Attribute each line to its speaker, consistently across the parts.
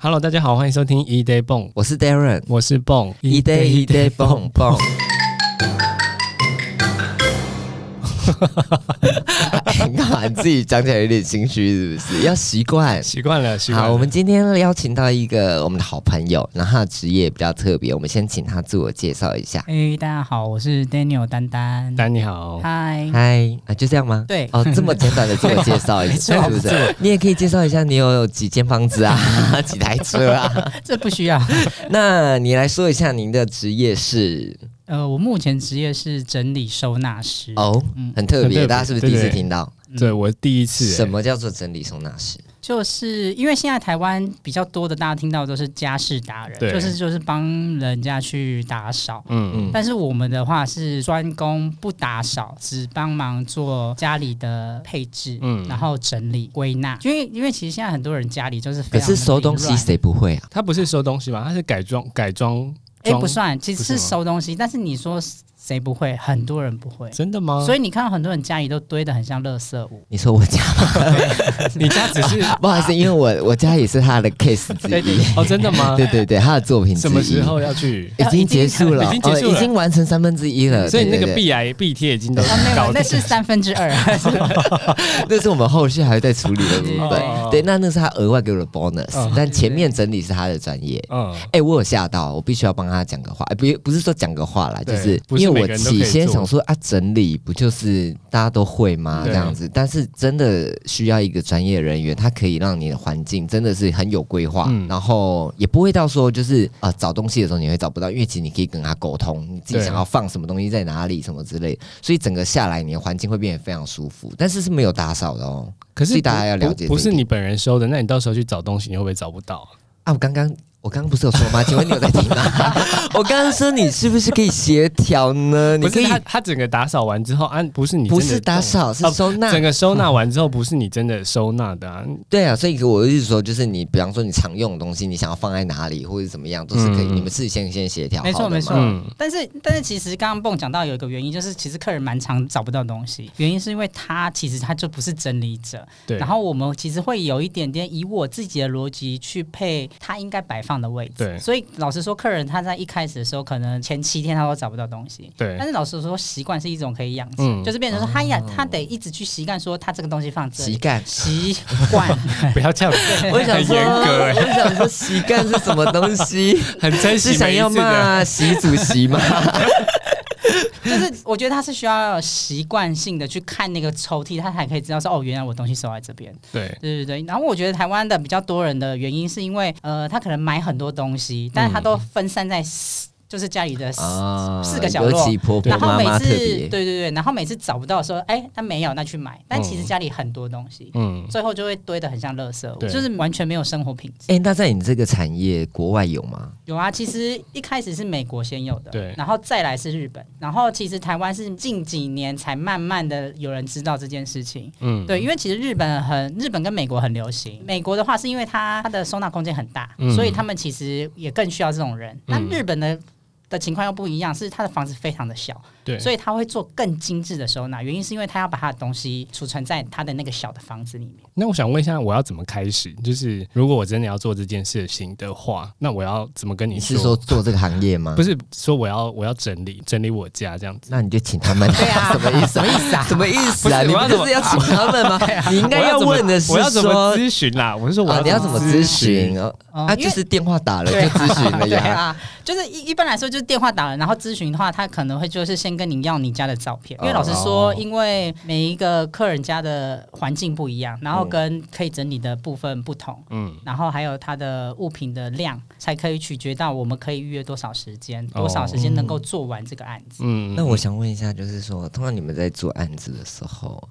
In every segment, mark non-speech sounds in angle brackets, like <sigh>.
Speaker 1: Hello，大家好，欢迎收听 E Day 蹦，
Speaker 2: 我是 Darren，
Speaker 1: 我是蹦
Speaker 2: 一 day 一 day 蹦蹦。哎你干嘛你自己讲起来有点心虚，是不是？要习惯。
Speaker 1: <laughs> 习惯了，习惯了。
Speaker 2: 好，我们今天邀请到一个我们的好朋友，然后他的职业比较特别，我们先请他自我介绍一下。
Speaker 3: 哎、大家好，我是 Daniel 丹丹。
Speaker 1: 丹你好，
Speaker 3: 嗨，
Speaker 2: 嗨，啊，就这样吗？
Speaker 3: 对
Speaker 2: 哦，这么简短的自我介
Speaker 1: <laughs>
Speaker 2: 绍一下，是不
Speaker 1: 没错
Speaker 2: 是？你也可以介绍一下你有几间房子啊，
Speaker 1: <laughs>
Speaker 2: 几台车啊。
Speaker 3: 这不需要。
Speaker 2: 那你来说一下您的职业是
Speaker 3: 呃，我目前职业是整理收纳师。
Speaker 2: 哦，
Speaker 3: 嗯，
Speaker 2: 很
Speaker 1: 很
Speaker 2: 特
Speaker 1: 特别
Speaker 2: 别，大家是不是第一次
Speaker 1: 对对欸
Speaker 2: 听到？
Speaker 1: 对我第一次、
Speaker 2: 什？么叫做整理收纳师？
Speaker 3: 就是因为现在台湾比较多的，大家听到都是家事达人，
Speaker 1: 对
Speaker 3: 就是就是帮人家去打扫。
Speaker 1: 嗯
Speaker 2: 嗯
Speaker 3: 但是我们的话是专攻不打扫，只帮忙做家里的配置，
Speaker 1: 嗯
Speaker 3: 然后整理归纳。因为因为其实现在很多人家里就是
Speaker 2: 可
Speaker 3: 非常的
Speaker 2: 是收东
Speaker 3: 凌
Speaker 2: 西
Speaker 3: 乱
Speaker 2: 谁不会啊？
Speaker 1: 他不是收东西吧？他是改装改装，
Speaker 3: 哎、
Speaker 1: 装
Speaker 3: 不，算，其实
Speaker 1: 不是吗
Speaker 3: 是收东西，但是你说谁不会？很多人不会。
Speaker 1: 真的吗？
Speaker 3: 所
Speaker 1: 以
Speaker 3: 以你看到很多人家里都堆得很像垃圾屋。
Speaker 2: 你说
Speaker 1: <laughs>
Speaker 2: 我家吗？
Speaker 1: 你家只
Speaker 2: <laughs>
Speaker 1: 是
Speaker 2: 不好意思，因为我我家也是他的 case 之
Speaker 3: 对对
Speaker 2: 一。
Speaker 3: 对
Speaker 1: 哦，真的吗？
Speaker 2: 对对对，他的作品之
Speaker 1: 什
Speaker 2: 一
Speaker 1: 么时候要去？
Speaker 2: 已经结束了？
Speaker 1: 已经结束了
Speaker 2: 哦已经完成三分之一了。
Speaker 1: 所以那
Speaker 2: 对
Speaker 1: 个
Speaker 2: 对
Speaker 1: 壁癌壁贴已经都
Speaker 3: 哦，没
Speaker 1: 搞
Speaker 3: 有，
Speaker 1: 定
Speaker 3: 那是三分之
Speaker 1: <laughs>
Speaker 3: 二。
Speaker 2: 对那是我们后续还会再处理的部
Speaker 3: 对
Speaker 2: 分。
Speaker 1: 啊哦
Speaker 2: 对，那那是他额外给我的 bonus，、
Speaker 1: 嗯
Speaker 2: 但前面整理是他的专业。
Speaker 1: 嗯，
Speaker 2: 哎、我有吓到，我必须要帮他讲个话，哎、不不是说讲个话啦，
Speaker 1: 对
Speaker 2: 就是
Speaker 1: 不是
Speaker 2: 因为
Speaker 1: 每
Speaker 2: 我
Speaker 1: 个人都可以
Speaker 2: 起先
Speaker 1: 做
Speaker 2: 想说啊，整理不就是大家都会吗？
Speaker 1: 对
Speaker 2: 这样子，但是真的需要一个专业人员，他可以让你的环境真的是很有规划，
Speaker 1: 嗯
Speaker 2: 然后也不会到说就是啊、找东西的时候你会找不到，因为其实你可以跟他沟通，你自己
Speaker 1: 对
Speaker 2: 想要放什么东西在哪里什么之类的，所以整个下来你的环境会变得非常舒服，但是是没有打扫的哦。
Speaker 1: 可是
Speaker 2: 所以大家要了解
Speaker 1: 不不
Speaker 2: 这
Speaker 1: 是
Speaker 2: 一点
Speaker 1: 你本人收的，那你到时候去找东西，你会不会找不到？
Speaker 2: 啊，我刚刚我刚刚不是有说吗？ <laughs> 请问你有在听吗？
Speaker 1: <laughs>
Speaker 2: 我刚刚说你是不是可以协调呢？你
Speaker 1: 不
Speaker 2: 可
Speaker 1: 是
Speaker 2: 以
Speaker 1: 他，他整个打扫完之后，啊，不是你真
Speaker 2: 不
Speaker 1: 的
Speaker 2: 是打扫，是
Speaker 1: 哦
Speaker 2: 收纳。
Speaker 1: 整个收纳完之后，不是你真的收纳的啊，
Speaker 2: 对啊，所以我一直说，就是你，比方说你常用的东西，你想要放在哪里或者怎么样，都是可以。
Speaker 1: 嗯
Speaker 2: 你们事先先协调好
Speaker 3: 没错
Speaker 2: 的
Speaker 3: 没
Speaker 2: 嘛
Speaker 3: 错
Speaker 1: 嗯
Speaker 3: 但是但是其实刚刚蹦讲到有一个原因，就是其实客人蛮常找不到东西，原因是因为他其实他就不是整理者。
Speaker 1: 对，
Speaker 3: 然后我们其实会有一点点以我自己的逻辑去配他应该摆放的位置。
Speaker 1: 对
Speaker 3: 所以老实说，客人他在一开始的时候，可能前七天他都找不到东西。
Speaker 1: 对
Speaker 3: 但，是老实说，习惯是一种可以养
Speaker 1: 嗯
Speaker 3: 成，就是变成说他养、他得一直去习惯说他这个东西放这
Speaker 2: 习
Speaker 3: 里，
Speaker 2: 惯。
Speaker 3: 习惯。
Speaker 1: <laughs> 不要这样子，
Speaker 2: 我
Speaker 1: <laughs>
Speaker 2: 想
Speaker 1: 很
Speaker 2: 说，
Speaker 1: 严格哎、
Speaker 2: 我想说，习惯是什么东
Speaker 1: <laughs>
Speaker 2: 西？
Speaker 1: 很珍惜
Speaker 2: 是想
Speaker 1: 每一
Speaker 2: 要
Speaker 1: 次的。
Speaker 2: 骂习主席
Speaker 1: <laughs>
Speaker 2: 吗？
Speaker 3: 就是我觉得他是需要习惯性的去看那个抽屉，他才可以知道说哦，原来我东西收在这边。
Speaker 1: 对，
Speaker 3: 对对对。然后我觉得台湾的比较多人的原因是因为呃，他可能买很多东西，但是他都分散在四就是家里的四
Speaker 2: 啊，
Speaker 3: 四个角
Speaker 1: 哦
Speaker 2: 尤
Speaker 3: 落
Speaker 2: 其婆婆
Speaker 3: 然后
Speaker 2: 妈
Speaker 3: 每
Speaker 2: 妈特
Speaker 3: 次对
Speaker 2: 别。
Speaker 3: 对对，然后每次找不到说，哎，他没有，那去买。但其实家里很多东西，
Speaker 1: 嗯，
Speaker 3: 最后就会堆得很像垃圾，
Speaker 1: 对
Speaker 3: 就是完全没有生活品质。
Speaker 2: 哎、那在你这个产业，国外有吗？
Speaker 3: 有啊，其实一开始是美国先有的，
Speaker 1: 对
Speaker 3: 然后再来是日本，然后其实台湾是近几年才慢慢的有人知道这件事情。
Speaker 1: 嗯，
Speaker 3: 对，因为其实日本很，日本跟美国很流行。美国的话是因为它它的收纳空间很大，
Speaker 1: 嗯
Speaker 3: 所以他们其实也更需要这种人。那、日本的的情况又不一样，是它的房子非常的小，
Speaker 1: 对，
Speaker 3: 所以他会做更精致的收纳。原因是因为他要把他的东西储存在他的那个小的房子里面。
Speaker 1: 那我想问一下，我要怎么开始？就是如果我真的要做这件事情的话，那我要怎么跟
Speaker 2: 你
Speaker 1: 你
Speaker 2: 是说做这个行业吗？
Speaker 1: 不是说我要我要整理整理我家这样子，
Speaker 2: 那你就请他们，
Speaker 3: 对
Speaker 2: <laughs>
Speaker 3: 啊
Speaker 2: 什么意思？
Speaker 3: 什么意思啊
Speaker 2: 什么意思啊？
Speaker 1: 不是
Speaker 2: 你
Speaker 1: 我要
Speaker 2: 不
Speaker 1: 怎
Speaker 2: 就
Speaker 1: 么
Speaker 2: 是要请他们
Speaker 1: <laughs>
Speaker 2: 吗？你应
Speaker 1: 应
Speaker 2: 该要问的是
Speaker 1: 我要怎么
Speaker 2: 说
Speaker 1: 咨询啦？我是说我
Speaker 2: 啊，你要怎么咨询？哦
Speaker 3: 嗯
Speaker 2: 啊，
Speaker 3: 因为
Speaker 2: 就是电话打了就咨询
Speaker 1: 哎
Speaker 2: 了
Speaker 3: 对
Speaker 2: 呀。
Speaker 3: 啊，就是一一般来说就是电话打了，然后咨询的话，他可能会就是先跟你要你家的照片，因为
Speaker 2: 哦
Speaker 3: 老实说，
Speaker 1: 哦
Speaker 3: 因为每一个客人家的环境不一样，然后跟可以整理的部分不同，
Speaker 1: 嗯，
Speaker 3: 然后还有它的物品的量，才可以取决到我们可以预约多少时间，
Speaker 1: 哦
Speaker 3: 多少时间能够做完这个案子。
Speaker 1: 嗯，
Speaker 2: 那我想问一下，就是说，通常你们在做案子的时候，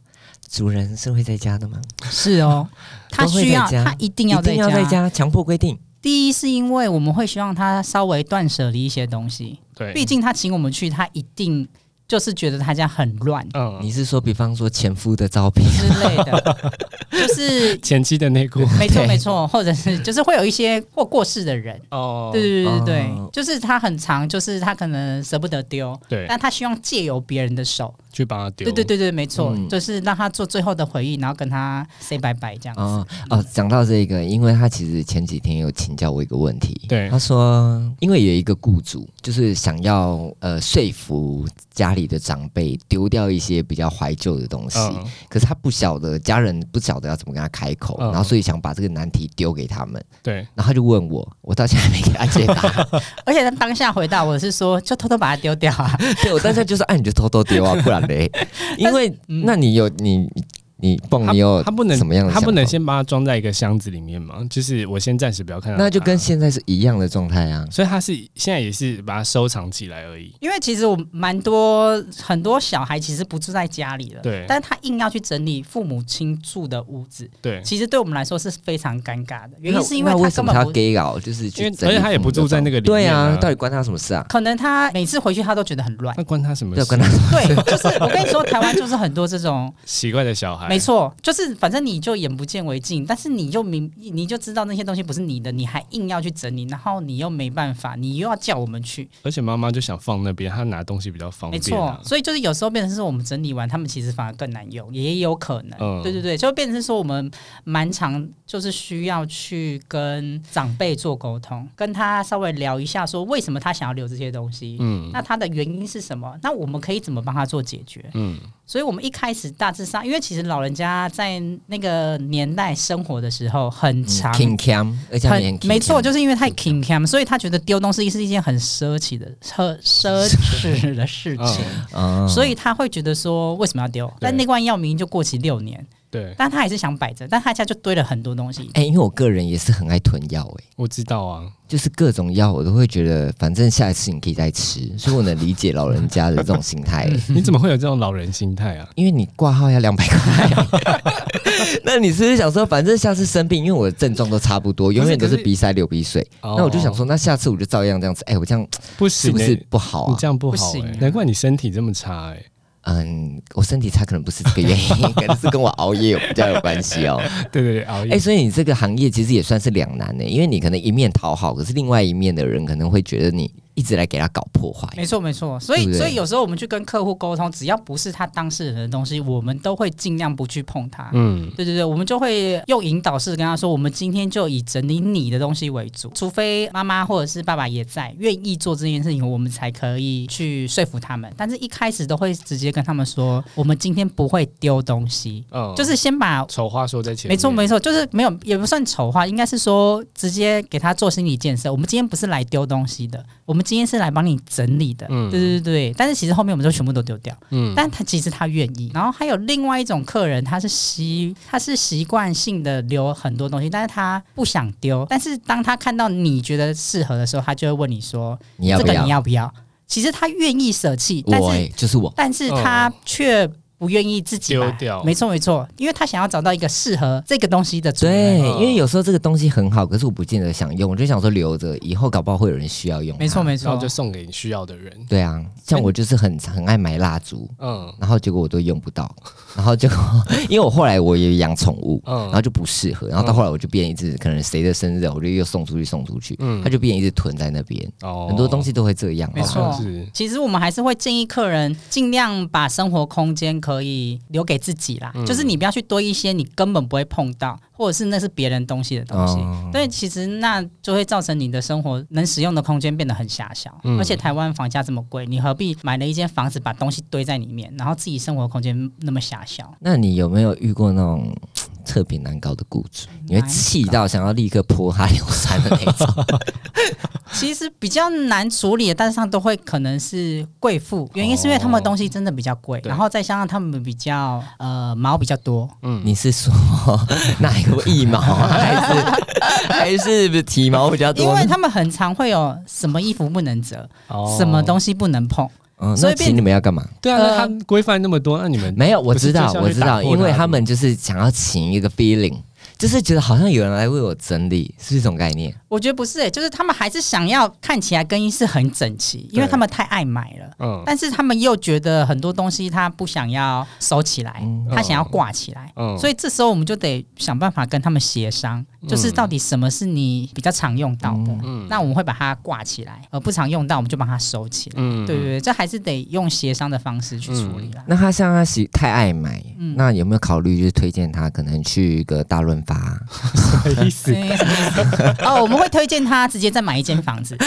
Speaker 2: 主人是会在家的吗？
Speaker 3: 是哦，他
Speaker 2: 都会在
Speaker 3: 需要
Speaker 2: 家
Speaker 3: 他一定
Speaker 2: 一
Speaker 3: 要
Speaker 2: 定要在家，强迫规定。
Speaker 3: 第一是因为我们会希望他稍微断舍离一些东西，
Speaker 1: 对，
Speaker 3: 毕竟他请我们去，他一定。就是觉得他家很乱
Speaker 1: 嗯，
Speaker 2: 你是说，比方说前夫的照片，
Speaker 3: 之类的，
Speaker 2: <laughs>
Speaker 3: 就是
Speaker 1: 前妻的内裤
Speaker 3: 没错
Speaker 2: 对
Speaker 3: 没错，或者是就是会有一些过过世的人。
Speaker 1: 哦，
Speaker 3: 对对对对对，
Speaker 2: 哦
Speaker 3: 就是他很长，就是他可能舍不得丢，
Speaker 1: 对
Speaker 3: 但他希望借由别人的手，
Speaker 1: 去帮他丢，
Speaker 3: 对对对对，没错，
Speaker 2: 嗯
Speaker 3: 就是让他做最后的回忆，然后跟他 say 拜拜这样子。
Speaker 2: 哦
Speaker 1: 嗯
Speaker 2: 哦，讲到这个，因为他其实前几天有请教我一个问题，
Speaker 1: 对
Speaker 2: 他说，因为有一个雇主就是想要呃说服家里的长辈丢掉一些比较怀旧的东西，
Speaker 1: 嗯，
Speaker 2: 可是他不晓得家人不晓得要怎么跟他开口，
Speaker 1: 嗯
Speaker 2: 然后所以想把这个难题丢给他们，
Speaker 1: 对，
Speaker 2: 然后他就问我，我到现在还没给他
Speaker 1: <laughs>
Speaker 2: 解答，
Speaker 3: 而且他当下回答我是说，就偷偷把它丢掉啊。 <laughs>
Speaker 2: 对我当下就说，哎、你就偷偷丢啊，不然
Speaker 1: <laughs>
Speaker 2: 嘞，因为、
Speaker 3: 嗯
Speaker 2: 那你有你你蹦你有
Speaker 1: 他不能
Speaker 2: 什么样的
Speaker 1: 他不能
Speaker 2: 想法
Speaker 1: 先把它装在一个箱子里面嘛，就是我先暂时不要看到它，
Speaker 2: 那就跟现在是一样的状态啊。
Speaker 1: 所以他是现在也是把它收藏起来而已，
Speaker 3: 因为其实我蛮多很多小孩其实不住在家里了，
Speaker 1: 对
Speaker 3: 但是他硬要去整理父母亲住的屋子，
Speaker 1: 对，
Speaker 3: 其实对我们来说是非常尴尬的。原
Speaker 2: 那
Speaker 3: 因是因为
Speaker 2: 那为
Speaker 3: 他
Speaker 2: 什
Speaker 3: 根
Speaker 2: 么他要
Speaker 3: 本不，
Speaker 2: gay 搞？就是去
Speaker 1: 因为
Speaker 2: 整理
Speaker 1: 而且他也
Speaker 2: 父母
Speaker 1: 不住
Speaker 2: 的
Speaker 1: 在
Speaker 2: 房
Speaker 1: 那个里
Speaker 2: 对啊
Speaker 1: 面啊，
Speaker 2: 到底关他什么事啊？
Speaker 3: 可能他每次回去他都觉得很
Speaker 1: <laughs>
Speaker 3: 乱。
Speaker 1: 那关他什么
Speaker 2: 对，
Speaker 1: 事
Speaker 2: 关？他什么
Speaker 3: 对，就是我跟你说，台湾就是很多这种，
Speaker 1: 奇怪的小孩，
Speaker 3: 没，错，就是反正你就眼不见为净，但是你就明你就知道那些东西不是你的，你还硬要去整理，然后你又没办法，你又要叫我们去，
Speaker 1: 而且妈妈就想放那边，她拿东西比较方
Speaker 3: 没
Speaker 1: 便
Speaker 3: 错
Speaker 1: 啊，，
Speaker 3: 所以就是有时候变成是我们整理完，他们其实反而更难用，也有可能。
Speaker 1: 嗯
Speaker 3: 对对对，就变成是说我们蛮常就是需要去跟长辈做沟通，跟他稍微聊一下，说为什么他想要留这些东西。
Speaker 1: 嗯
Speaker 3: 那他的原因是什么？那我们可以怎么帮他做解决？
Speaker 1: 嗯，
Speaker 3: 所以，我们一开始大致上，因为其实老人家在那个年代生活的时候，很长
Speaker 2: King Cam，而且他们也
Speaker 3: 很
Speaker 2: 很 king
Speaker 3: 没错，
Speaker 2: cam
Speaker 3: 就是因为太 king cam，所以他觉得丢东西是一件很奢侈的奢奢侈的事情，
Speaker 1: 嗯
Speaker 2: 嗯
Speaker 3: 所以他会觉得说为什么要丢？但那罐药明明就过期六年，
Speaker 1: 对，
Speaker 3: 但他还是想摆着，但他家就堆了很多东西。
Speaker 2: 哎、因为我个人也是很爱囤药哎、
Speaker 1: 我知道啊，
Speaker 2: 就是各种药我都会觉得，反正下一次你可以再吃，所以我能理解老人家的这种心
Speaker 3: <laughs>
Speaker 2: 态、欸
Speaker 1: 你怎么会有这种老人心态啊？
Speaker 2: 因为你挂号要两百块，啊
Speaker 3: <laughs>
Speaker 2: 那你是不是想说，反正下次生病，因为我的症状都差不多，永远都是
Speaker 1: 可是
Speaker 2: 鼻塞、流鼻水，
Speaker 1: <laughs> 哦
Speaker 2: 那我就想说，那下次我就照样这样子，哎、我这样
Speaker 1: 不
Speaker 2: 是
Speaker 1: 行
Speaker 2: 不
Speaker 1: 欸，
Speaker 2: 是不好
Speaker 1: 你
Speaker 2: 啊
Speaker 1: 这？样不
Speaker 3: 不
Speaker 1: 好欸
Speaker 3: 行啊
Speaker 1: 难怪你身体这么差哎。
Speaker 2: 嗯，我身体差可能不是这个原因，可能是跟我熬夜有比较有关系
Speaker 3: <laughs>
Speaker 2: 哦。
Speaker 1: 对对对，熬
Speaker 2: 哎、
Speaker 1: 夜，
Speaker 2: 所以你这个行业其实也算是两难欸呢，因为你可能一面讨好，可是另外一面的人可能会觉得你一直来给他搞破坏。
Speaker 3: 没错，没错。所以
Speaker 2: 对不，对
Speaker 3: 所以有时候我们去跟客户沟通，只要不是他当事人的东西，我们都会尽量不去碰它。
Speaker 1: 嗯，
Speaker 3: 对对对，我们就会用引导式跟他说，我们今天就以整理你的东西为主，除非妈妈或者是爸爸也在愿意做这件事情，我们才可以去说服他们。但是一开始都会直接跟他们说，我们今天不会丢东西，
Speaker 1: 哦
Speaker 3: 就是先把。
Speaker 1: 丑话说在前
Speaker 3: 没
Speaker 1: 面，
Speaker 3: 错，没错，就是没有，也不算丑话，应该是说直接给他做心理建设。我们今天不是来丢东西的，我们今天是来帮你整理的。
Speaker 1: 嗯
Speaker 3: 对对对。但是其实后面我们就全部都丢掉。
Speaker 1: 嗯，
Speaker 3: 但他其实他愿意。然后还有另外一种客人，他是习他是习惯性的留很多东西，但是他不想丢。但是当他看到你觉得适合的时候，他就会问你说：“
Speaker 2: 你要不
Speaker 3: 这个
Speaker 2: 要？
Speaker 3: 你要不要？”其实他愿意舍弃，但
Speaker 2: 我、
Speaker 3: 是
Speaker 2: 欸、就是我，
Speaker 3: 但是他却不愿意自己买
Speaker 1: 哦丢掉
Speaker 3: 没错没错，因为他想要找到一个适合这个东西的主
Speaker 2: 对
Speaker 3: 人。，
Speaker 1: 嗯
Speaker 2: 因为有时候这个东西很好，可是我不见得想用，我就想说留着，以后搞不好会有人需要用。啊
Speaker 3: 没错，没
Speaker 1: 然
Speaker 3: 错
Speaker 1: 后，就送给你需要的人，
Speaker 2: 对啊，像我就是很很爱买蜡烛，
Speaker 1: 嗯
Speaker 2: 然后结果我都用不到，然后结果 <laughs> 因为我后来我也养宠物，
Speaker 1: 嗯，
Speaker 2: 然后就不适合，然后到后来我就变一直可能谁的生日我就又送出去送出去，
Speaker 1: 嗯
Speaker 2: 它就变一直囤在那边，
Speaker 1: 哦
Speaker 2: 很多东西都会这样啊。
Speaker 3: 没
Speaker 1: 好
Speaker 3: 错
Speaker 1: 像是。
Speaker 3: 其实我们还是会建议客人尽量把生活空间可以留给自己啦，
Speaker 1: 嗯
Speaker 3: 就是你不要去堆一些你根本不会碰到，或者是那是别人东西的东西。
Speaker 2: 哦
Speaker 3: 对，其实那就会造成你的生活能使用的空间变得很狭小，
Speaker 1: 嗯
Speaker 3: 而且台湾房价这么贵，你何必买了一间房子把东西堆在里面，然后自己生活空间那么狭小？
Speaker 2: 那你有没有遇过那种特别难搞的雇主？你会气到想要立刻泼他硫酸的那种？
Speaker 3: 其实比较难处理，但是上都会可能是贵妇，原因是因为他们的东西真的比较贵，
Speaker 1: 哦对啊
Speaker 3: 然后再加上他们比较呃毛比较多，
Speaker 2: 你是说哪一个腋毛啊，还是还是体毛比较
Speaker 1: 啊
Speaker 3: 因
Speaker 2: 多
Speaker 3: 为
Speaker 2: 呢？
Speaker 3: 他们很常会有什么衣服不能折，
Speaker 1: 哦
Speaker 3: 什么东西不能碰，
Speaker 2: 嗯，
Speaker 3: 所
Speaker 2: 那
Speaker 3: 以变
Speaker 2: 请你们要干嘛？
Speaker 1: 对啊，那他规范那么多，那你们
Speaker 2: 呃没有，我知道，
Speaker 1: 不
Speaker 2: 我
Speaker 1: 是就是
Speaker 2: 知
Speaker 1: 要
Speaker 2: 道，
Speaker 1: 去打破
Speaker 2: 因为
Speaker 1: 它
Speaker 2: 他们就是想要请一个 feeling，就是觉得好像有人来为我整理，是不是这种概念？
Speaker 3: 我觉得不是、欸，就是他们还是想要看起来更衣室很整齐，因为
Speaker 1: 对
Speaker 3: 他们太爱买了。
Speaker 1: 嗯 <laughs>
Speaker 3: 但是他们又觉得很多东西他不想要收起来，他想要挂起来，
Speaker 1: 嗯
Speaker 3: 所以这时候我们就得想办法跟他们协商，就是到底什么是你比较常用到
Speaker 1: 嗯
Speaker 3: 的，那我们会把它挂起来，而不常用到我们就把它收起来。
Speaker 1: 嗯
Speaker 3: 对对对，这还是得用协商的方式去处理啦。
Speaker 2: 那他像他喜太爱买，
Speaker 3: 嗯
Speaker 2: 那有没有考虑就是推荐他可能去一个大润发
Speaker 3: <laughs>
Speaker 2: 啊、
Speaker 1: 什么意思？
Speaker 3: 对什么意思 <laughs> 哦，我们会推荐他直接再买一间房子，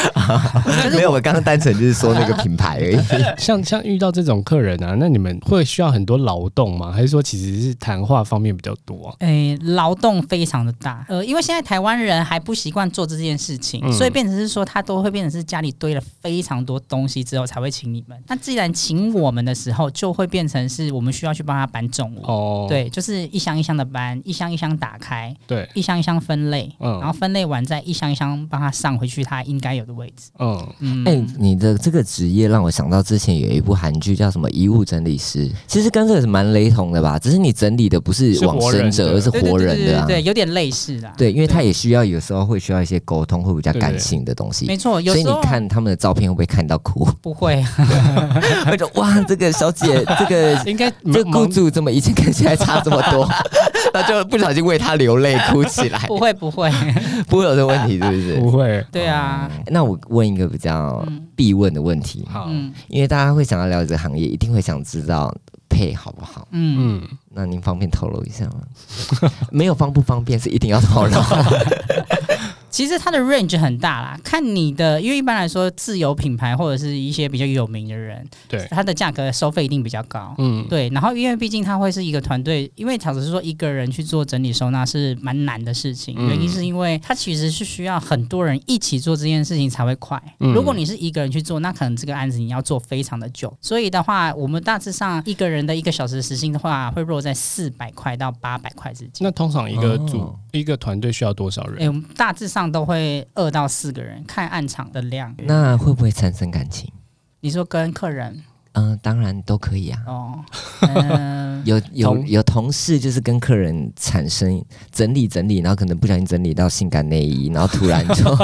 Speaker 2: 没有，我刚刚单纯就是说那个品牌
Speaker 3: <laughs>
Speaker 2: 而已。
Speaker 1: 像像遇到这种客人啊，那你们会需要很多劳动吗？还是说其实是谈话方面比较多、啊？
Speaker 3: 诶，劳动非常的大，呃，因为现在台湾人还不习惯做这件事情，
Speaker 1: 嗯
Speaker 3: 所以变成是说他都会变成是家里堆了非常多东西之后才会请你们。那既然请我们的时候，就会变成是我们需要去帮他搬重物，
Speaker 1: 哦，
Speaker 3: 对，就是一箱一箱的搬，一箱一箱打开，
Speaker 1: 对，
Speaker 3: 一箱一箱分类，
Speaker 1: 嗯
Speaker 3: 然后分类完再一箱一箱帮他上回去他应该有的位置。
Speaker 1: 嗯，
Speaker 3: 嗯，
Speaker 2: 哎、你的这个职业让我想到之前有一部韩剧叫什么《遗物整理师》，其实跟这个是蛮雷同的吧？只是你整理的不是
Speaker 1: 是
Speaker 2: 往
Speaker 1: 活
Speaker 2: 生
Speaker 1: 人的
Speaker 2: 者，而是
Speaker 3: 对对
Speaker 2: 活
Speaker 3: 对
Speaker 2: 人
Speaker 3: 对
Speaker 2: 的啊。
Speaker 3: 对，有点类似啦。
Speaker 2: 对，因为他也需要有时候会需要一些沟通，会比较感性的东西。
Speaker 3: 没错，有
Speaker 2: 所以
Speaker 3: 时
Speaker 2: 你
Speaker 3: 候
Speaker 2: 看他们的照片会不会看到
Speaker 3: <laughs>
Speaker 2: 哭？
Speaker 3: 不会，
Speaker 2: 会说哇，这个小姐，这个
Speaker 1: 应该
Speaker 2: 啊这个
Speaker 1: 忙
Speaker 2: 雇主怎么以前跟现在差这么多？那就不小心为他流泪哭起来，
Speaker 3: 不会，不会，
Speaker 2: 不会有这个问题，是不
Speaker 1: 不
Speaker 2: 是？
Speaker 1: 会。
Speaker 3: 对啊，
Speaker 2: 那我问一个比较必问的问题，
Speaker 1: 好，
Speaker 3: 嗯
Speaker 2: 因为大家会想要了解这个行业，一定会想知道配好不好。
Speaker 3: 嗯。
Speaker 1: 嗯，
Speaker 2: 那您方便透露一下吗？ <laughs> 没有方不方便是一定要透露。
Speaker 3: 其实它的 range 很大啦，看你的，因为一般来说自有品牌或者是一些比较有名的人，
Speaker 1: 对，
Speaker 3: 它的价格收费一定比较高。
Speaker 1: 嗯，
Speaker 3: 对，然后因为毕竟它会是一个团队，因为老实说，一个人去做整理收纳是蛮难的事情。
Speaker 1: 嗯
Speaker 3: 原因是因为它其实是需要很多人一起做这件事情才会快。
Speaker 1: 嗯
Speaker 3: 如果你是一个人去做，那可能这个案子你要做非常的久。所以的话，我们大致上一个人的一个小时时薪的话，会落在四百块到八百块之间。
Speaker 1: 那通常一个组、
Speaker 2: 哦
Speaker 1: 一个团队需要多少人？
Speaker 3: 哎、我们大致上都会二到四个人，看暗场的量。
Speaker 2: 那会不会产生感情？
Speaker 3: 你说跟客人
Speaker 2: 嗯、当然都可以啊。
Speaker 1: <laughs>
Speaker 3: 哦，嗯、
Speaker 2: 有有
Speaker 1: 同
Speaker 2: 有同事就是跟客人产生整理整理，然后可能不小心整理到性感内衣，然后突然就
Speaker 1: <laughs>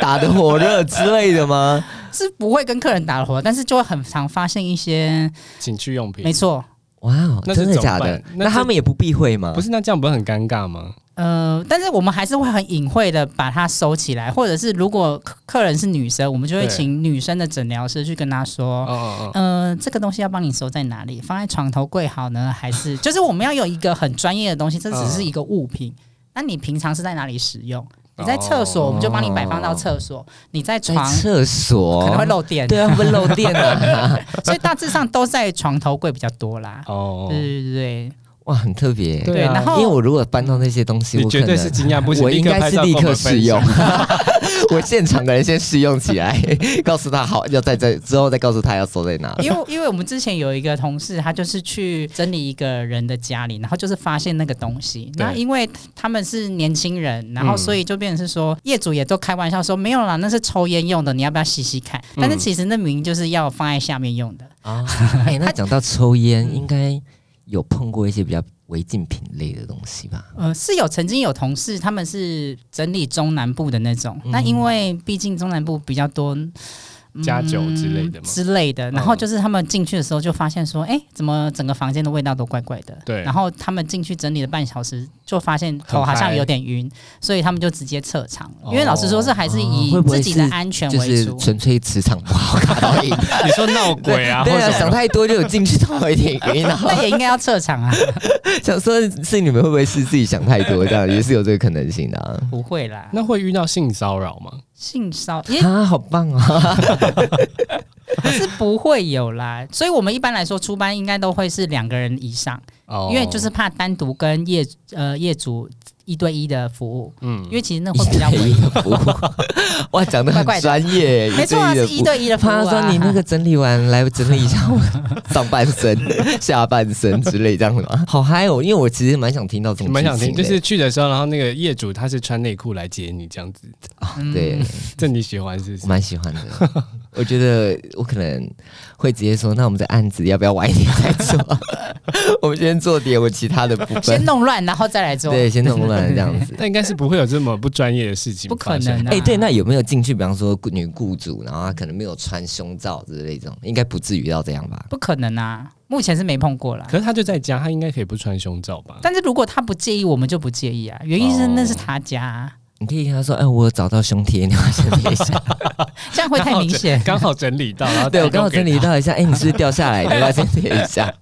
Speaker 2: 打得火热之类的吗？
Speaker 3: 是不会跟客人打火，但是就会很常发现一些，
Speaker 1: 情趣用
Speaker 3: 没
Speaker 1: 品？
Speaker 3: 错，
Speaker 2: 哇哦，
Speaker 1: 那是
Speaker 2: 真的
Speaker 1: 怎么
Speaker 2: 假的
Speaker 1: 办？那是
Speaker 2: 那他们也不避讳吗？
Speaker 1: 不是，那这样不是很尴尬吗？
Speaker 3: 呃，但是我们还是会很隐晦的把它收起来，或者是如果客客人是女生，我们就会
Speaker 1: 对
Speaker 3: 请女生的诊疗师去跟她说。
Speaker 1: 哦哦
Speaker 3: 呃，这个东西要帮你收在哪里？放在床头柜好呢，还是就是我们要有一个很专业的东西？这只是一个物品，那你平常是在哪里使用？你在厕所，
Speaker 1: 哦
Speaker 3: 我们就帮你摆放到厕所；你在
Speaker 2: 在
Speaker 3: 床
Speaker 2: 厕所
Speaker 3: 可能会漏电，
Speaker 2: 对啊，会不会漏
Speaker 1: <laughs>
Speaker 2: 电啊？
Speaker 3: 所以大致上都在床头柜比较多啦。
Speaker 1: 哦，
Speaker 3: 对对对
Speaker 2: 哇，很特别。
Speaker 3: 对
Speaker 1: 啊
Speaker 3: 然
Speaker 2: 因
Speaker 3: 后
Speaker 2: 为我如果搬到那些东西，
Speaker 1: 你
Speaker 2: 我可
Speaker 1: 绝
Speaker 2: 能
Speaker 1: 对是惊讶不行，
Speaker 2: 我应
Speaker 1: 刻
Speaker 2: 该
Speaker 1: 拍
Speaker 2: 是
Speaker 1: 照
Speaker 2: 立
Speaker 1: 跟我
Speaker 2: 刻
Speaker 1: 们分
Speaker 2: 试用，
Speaker 1: 享
Speaker 2: <laughs> 我现场的人先试用起来，告诉他好要在这之后再告诉他要收在
Speaker 1: <laughs>
Speaker 2: 哪。
Speaker 3: 对，因为因为我们之前有一个同事，他就是去整理一个人的家里，然后就是发现那个东西。
Speaker 1: 对
Speaker 3: 那因为他们是年轻人，然后
Speaker 1: 嗯
Speaker 3: 所以就变成是说，业主也都开玩笑说没有啦，那是抽烟用的，你要不要吸吸看？但是
Speaker 1: 嗯
Speaker 3: 其实那明明就是要放在下面用的。
Speaker 2: 啊， <laughs> 哎、那讲到抽烟，应该有碰过一些比较违禁品类的东西吧？
Speaker 3: 呃，是有曾经有同事他们是整理中南部的那种，
Speaker 1: 嗯
Speaker 3: 那因为毕竟中南部比较多
Speaker 1: 加酒之类的吗？
Speaker 3: 嗯
Speaker 1: 嗯
Speaker 3: 之类的。然后就是他们进去的时候就发现说，哎、怎么整个房间的味道都怪怪的？
Speaker 1: 对
Speaker 3: 然后他们进去整理了半小时，就发现头
Speaker 1: 很
Speaker 3: 好像
Speaker 1: 嗨
Speaker 3: 有点晕，所以他们就直接撤场了。
Speaker 1: 哦啊
Speaker 3: 因为老实说，这还是以
Speaker 2: 哦会不会
Speaker 3: 自己的
Speaker 2: 是
Speaker 3: 安全
Speaker 2: 就
Speaker 3: 为
Speaker 2: 是
Speaker 3: 主。
Speaker 2: 纯粹磁场不好卡到瘾。
Speaker 1: 你说闹鬼啊，或
Speaker 2: 对啊，
Speaker 1: 者
Speaker 2: 想太多就有进去到一点晕，然后
Speaker 3: 那也应该要撤场啊！ <laughs>
Speaker 2: 想说是你们会不会是自己想太多，这样也是有这个可能性的啊。
Speaker 3: 不会啦，
Speaker 1: 那会遇到性骚扰吗？
Speaker 3: 性骚也
Speaker 2: 啊，好棒啊！
Speaker 3: 是不会有啦。所以我们一般来说出班应该都会是两个人以上。
Speaker 1: 哦，
Speaker 3: 因为就是怕单独跟业呃业主一对一的服务，
Speaker 1: 嗯
Speaker 3: 因为其实那会比较
Speaker 2: 一对
Speaker 3: 危
Speaker 2: 一的服务，哇，讲的
Speaker 3: 怪怪
Speaker 2: 很
Speaker 3: 的
Speaker 2: 专业，
Speaker 3: 没错啊，
Speaker 2: 一对一的
Speaker 3: 是
Speaker 2: 服
Speaker 3: 一
Speaker 2: 务。
Speaker 3: 对一的服务
Speaker 2: 怕
Speaker 3: 啊。
Speaker 2: 他说你那 <laughs> 个整理完来整理一下我上半身、下半身之类这样子吗？好嗨哦！因为我其实蛮想听到这种
Speaker 1: 蛮想
Speaker 2: 剧
Speaker 1: 听，
Speaker 2: 情
Speaker 1: 就
Speaker 2: 的
Speaker 1: 是去的时候，然后那个业主他是穿内裤来接你这样子，
Speaker 2: 对
Speaker 3: 嗯，
Speaker 1: 这你喜欢是不
Speaker 2: 我
Speaker 1: 是？
Speaker 2: 蛮喜欢的。我觉得我可能会直接说，那我们这案子要不要晚一点再做？ <laughs> 我们先做点我其他的部
Speaker 3: 先
Speaker 2: 分，
Speaker 3: 弄乱，然后再来做，
Speaker 2: 对，先弄乱这样子。
Speaker 1: 那应该是不会有这么不专业的事情
Speaker 3: 不
Speaker 1: 发
Speaker 3: 可
Speaker 1: 生，
Speaker 3: 能啊！
Speaker 2: 哎、对，那有没有进去？比方说女雇主，然后她可能没有穿胸罩之类这种，应该不至于到这样吧？
Speaker 3: 不可能啊！目前是没碰过啦。
Speaker 1: 可是他就在家，他应该可以不穿胸罩吧？
Speaker 3: 但是如果他不介意，我们就不介意啊。原因是
Speaker 2: 哦
Speaker 3: 那是他家、啊，
Speaker 2: 你可以跟她说，哎、我有找到胸贴，你要先贴一下。
Speaker 3: 这样会太
Speaker 2: <laughs>
Speaker 3: 明显。
Speaker 1: 刚好整理到，然
Speaker 3: <laughs>
Speaker 1: 后
Speaker 2: 对，我
Speaker 1: 提供
Speaker 2: 刚好
Speaker 1: 给
Speaker 2: 整理到一下，哎、你是不是掉下来？你要不要先贴一 <laughs> 下？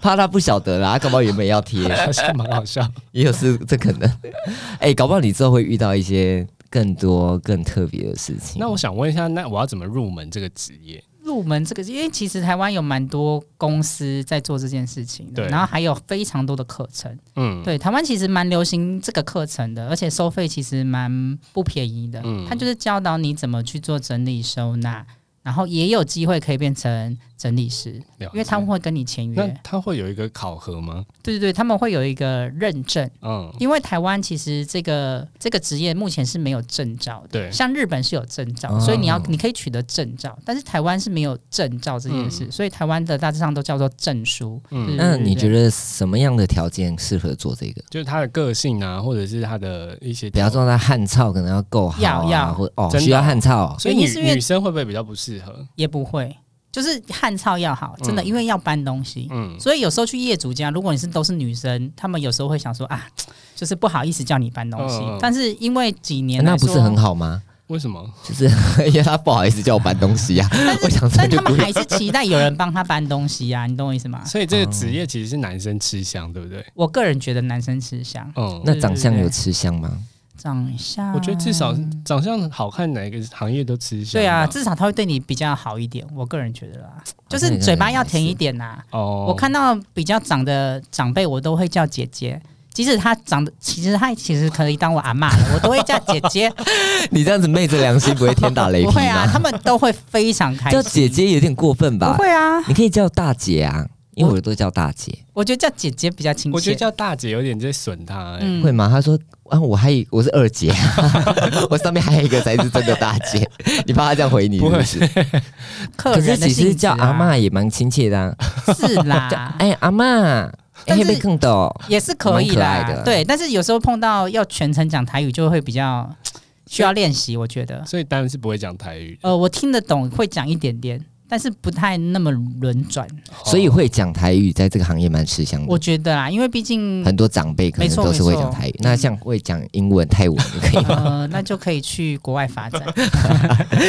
Speaker 2: 怕她不晓得啦，她搞不好原本要贴，
Speaker 1: <laughs> 他，好像蛮好笑。
Speaker 2: 也有是这可能。
Speaker 3: <laughs>
Speaker 2: 哎、搞不好你之后会遇到一些更多更特别的事情。
Speaker 1: 那我想问一下，那我要怎么入门这个职业？
Speaker 3: 入门这个，因为其实台湾有蛮多公司在做这件事情的，
Speaker 1: 对
Speaker 3: 然后还有非常多的课程。
Speaker 1: 嗯，
Speaker 3: 对，台湾其实蛮流行这个课程的，而且收费其实蛮不便宜的。
Speaker 1: 嗯
Speaker 3: 它就是教导你怎么去做整理收纳，然后也有机会可以变成整理师，
Speaker 1: 了解
Speaker 3: 因为他们会跟你签
Speaker 1: 那
Speaker 3: 约。
Speaker 1: 他会有一个考核吗？
Speaker 3: 对对对，他们会有一个认证。
Speaker 1: 嗯，
Speaker 3: 因为台湾其实这个这个职业目前是没有证照的，
Speaker 1: 对
Speaker 3: 像日本是有证照，
Speaker 2: 哦
Speaker 3: 所以你要你可以取得证照，但是台湾是没有证照这件事，所以台湾的大致上都叫做证书。
Speaker 1: 嗯
Speaker 3: 嗯，
Speaker 2: 那你觉得什么样的条件适合做这个？
Speaker 1: 就是他的个性啊，或者是他的一些，
Speaker 2: 比方，说，他汉操可能要够好、啊，
Speaker 3: 要要
Speaker 2: 或哦，
Speaker 1: 真的
Speaker 2: 需要汉操哦、
Speaker 1: 所以
Speaker 3: 原因是因
Speaker 1: 女
Speaker 3: 为
Speaker 1: 女生会不会比较不适合？
Speaker 3: 也不会，就是汉操要好，真的，
Speaker 1: 嗯
Speaker 3: 因为要搬东西。
Speaker 1: 嗯，
Speaker 3: 所以有时候去业主家，如果你是都是女生，他们有时候会想说啊，就是不好意思叫你搬东西。
Speaker 1: 嗯嗯
Speaker 3: 但是因为几年
Speaker 2: 那
Speaker 3: 来
Speaker 2: 不
Speaker 3: 说
Speaker 2: 是很好吗？
Speaker 1: 为什么？
Speaker 2: 就是 <laughs> 因为他不好意思叫我搬东西
Speaker 3: <laughs>
Speaker 2: 呀、啊， <laughs> 我想说
Speaker 3: 但
Speaker 2: 就
Speaker 3: 他
Speaker 2: 不
Speaker 3: 们
Speaker 2: 用
Speaker 3: 还是期待有人帮他搬东西啊，你懂我意思吗？
Speaker 1: 所以这个职业其实是男生吃香，对不对？
Speaker 3: 我个人觉得男生吃香，
Speaker 1: 嗯，
Speaker 2: 那长相有吃香吗？
Speaker 3: 长相，
Speaker 1: 我觉得至少长相好看，哪一个行业都吃香吧。哦
Speaker 3: 对啊，至少他会对你比较好一点，我个人觉得啦，
Speaker 2: 哦
Speaker 3: 就是嘴巴要甜一点呐、
Speaker 1: 哦，
Speaker 3: 我看到比较长的长辈，我都会叫姐姐。即使她长得，其实她其实可以当我阿妈了，我都会叫姐姐。
Speaker 2: 你这样子昧着良心不会 <laughs> 天打雷
Speaker 3: 不
Speaker 2: 劈
Speaker 3: 会啊，他
Speaker 2: 吗？
Speaker 3: 们都会非常开心。
Speaker 2: 叫姐姐有点过分
Speaker 3: 不
Speaker 2: 吧？
Speaker 3: 会啊，
Speaker 2: 你可以叫大姐啊，因为我都叫大姐，
Speaker 3: 我觉得叫姐姐比较亲切。
Speaker 1: 我觉得叫大姐有点在损他、欸。
Speaker 3: 嗯
Speaker 2: 会吗？她说啊，我还以我是
Speaker 1: <laughs>
Speaker 2: 二姐、 <laughs> 我上面还有一个才是真的大姐，你怕她这样回你是不是？
Speaker 3: 客
Speaker 2: 可是
Speaker 3: 人的
Speaker 2: 其
Speaker 3: 性
Speaker 2: 实
Speaker 3: 质、啊、
Speaker 2: 叫阿嬷也蛮亲切的、啊，
Speaker 3: 是
Speaker 2: 叫 <laughs>
Speaker 3: 啦，
Speaker 2: 哎阿嬷，哎
Speaker 3: 但是
Speaker 2: 会不会更抖？
Speaker 3: 也是可以
Speaker 2: 蛮
Speaker 3: 啦
Speaker 2: 可爱的
Speaker 3: 对，但是有时候碰到要全程讲台语，就会比较需要练习。我觉得，
Speaker 1: 所以当然是不会讲台语，
Speaker 3: 呃，我听得懂，会讲一点点，但是不太那么轮转。
Speaker 2: 所
Speaker 1: 哦
Speaker 2: 以会讲台语，在这个行业蛮吃香的
Speaker 3: 哦我。觉得啦，因为毕竟
Speaker 2: 嗯很多长辈可
Speaker 3: 没
Speaker 2: 能
Speaker 3: 错
Speaker 2: 都是会
Speaker 3: 没错嗯
Speaker 2: 讲台语，那像会讲英文、泰文就
Speaker 3: <laughs>
Speaker 2: 可以 <laughs>
Speaker 3: 呃，那就可以去国外发展。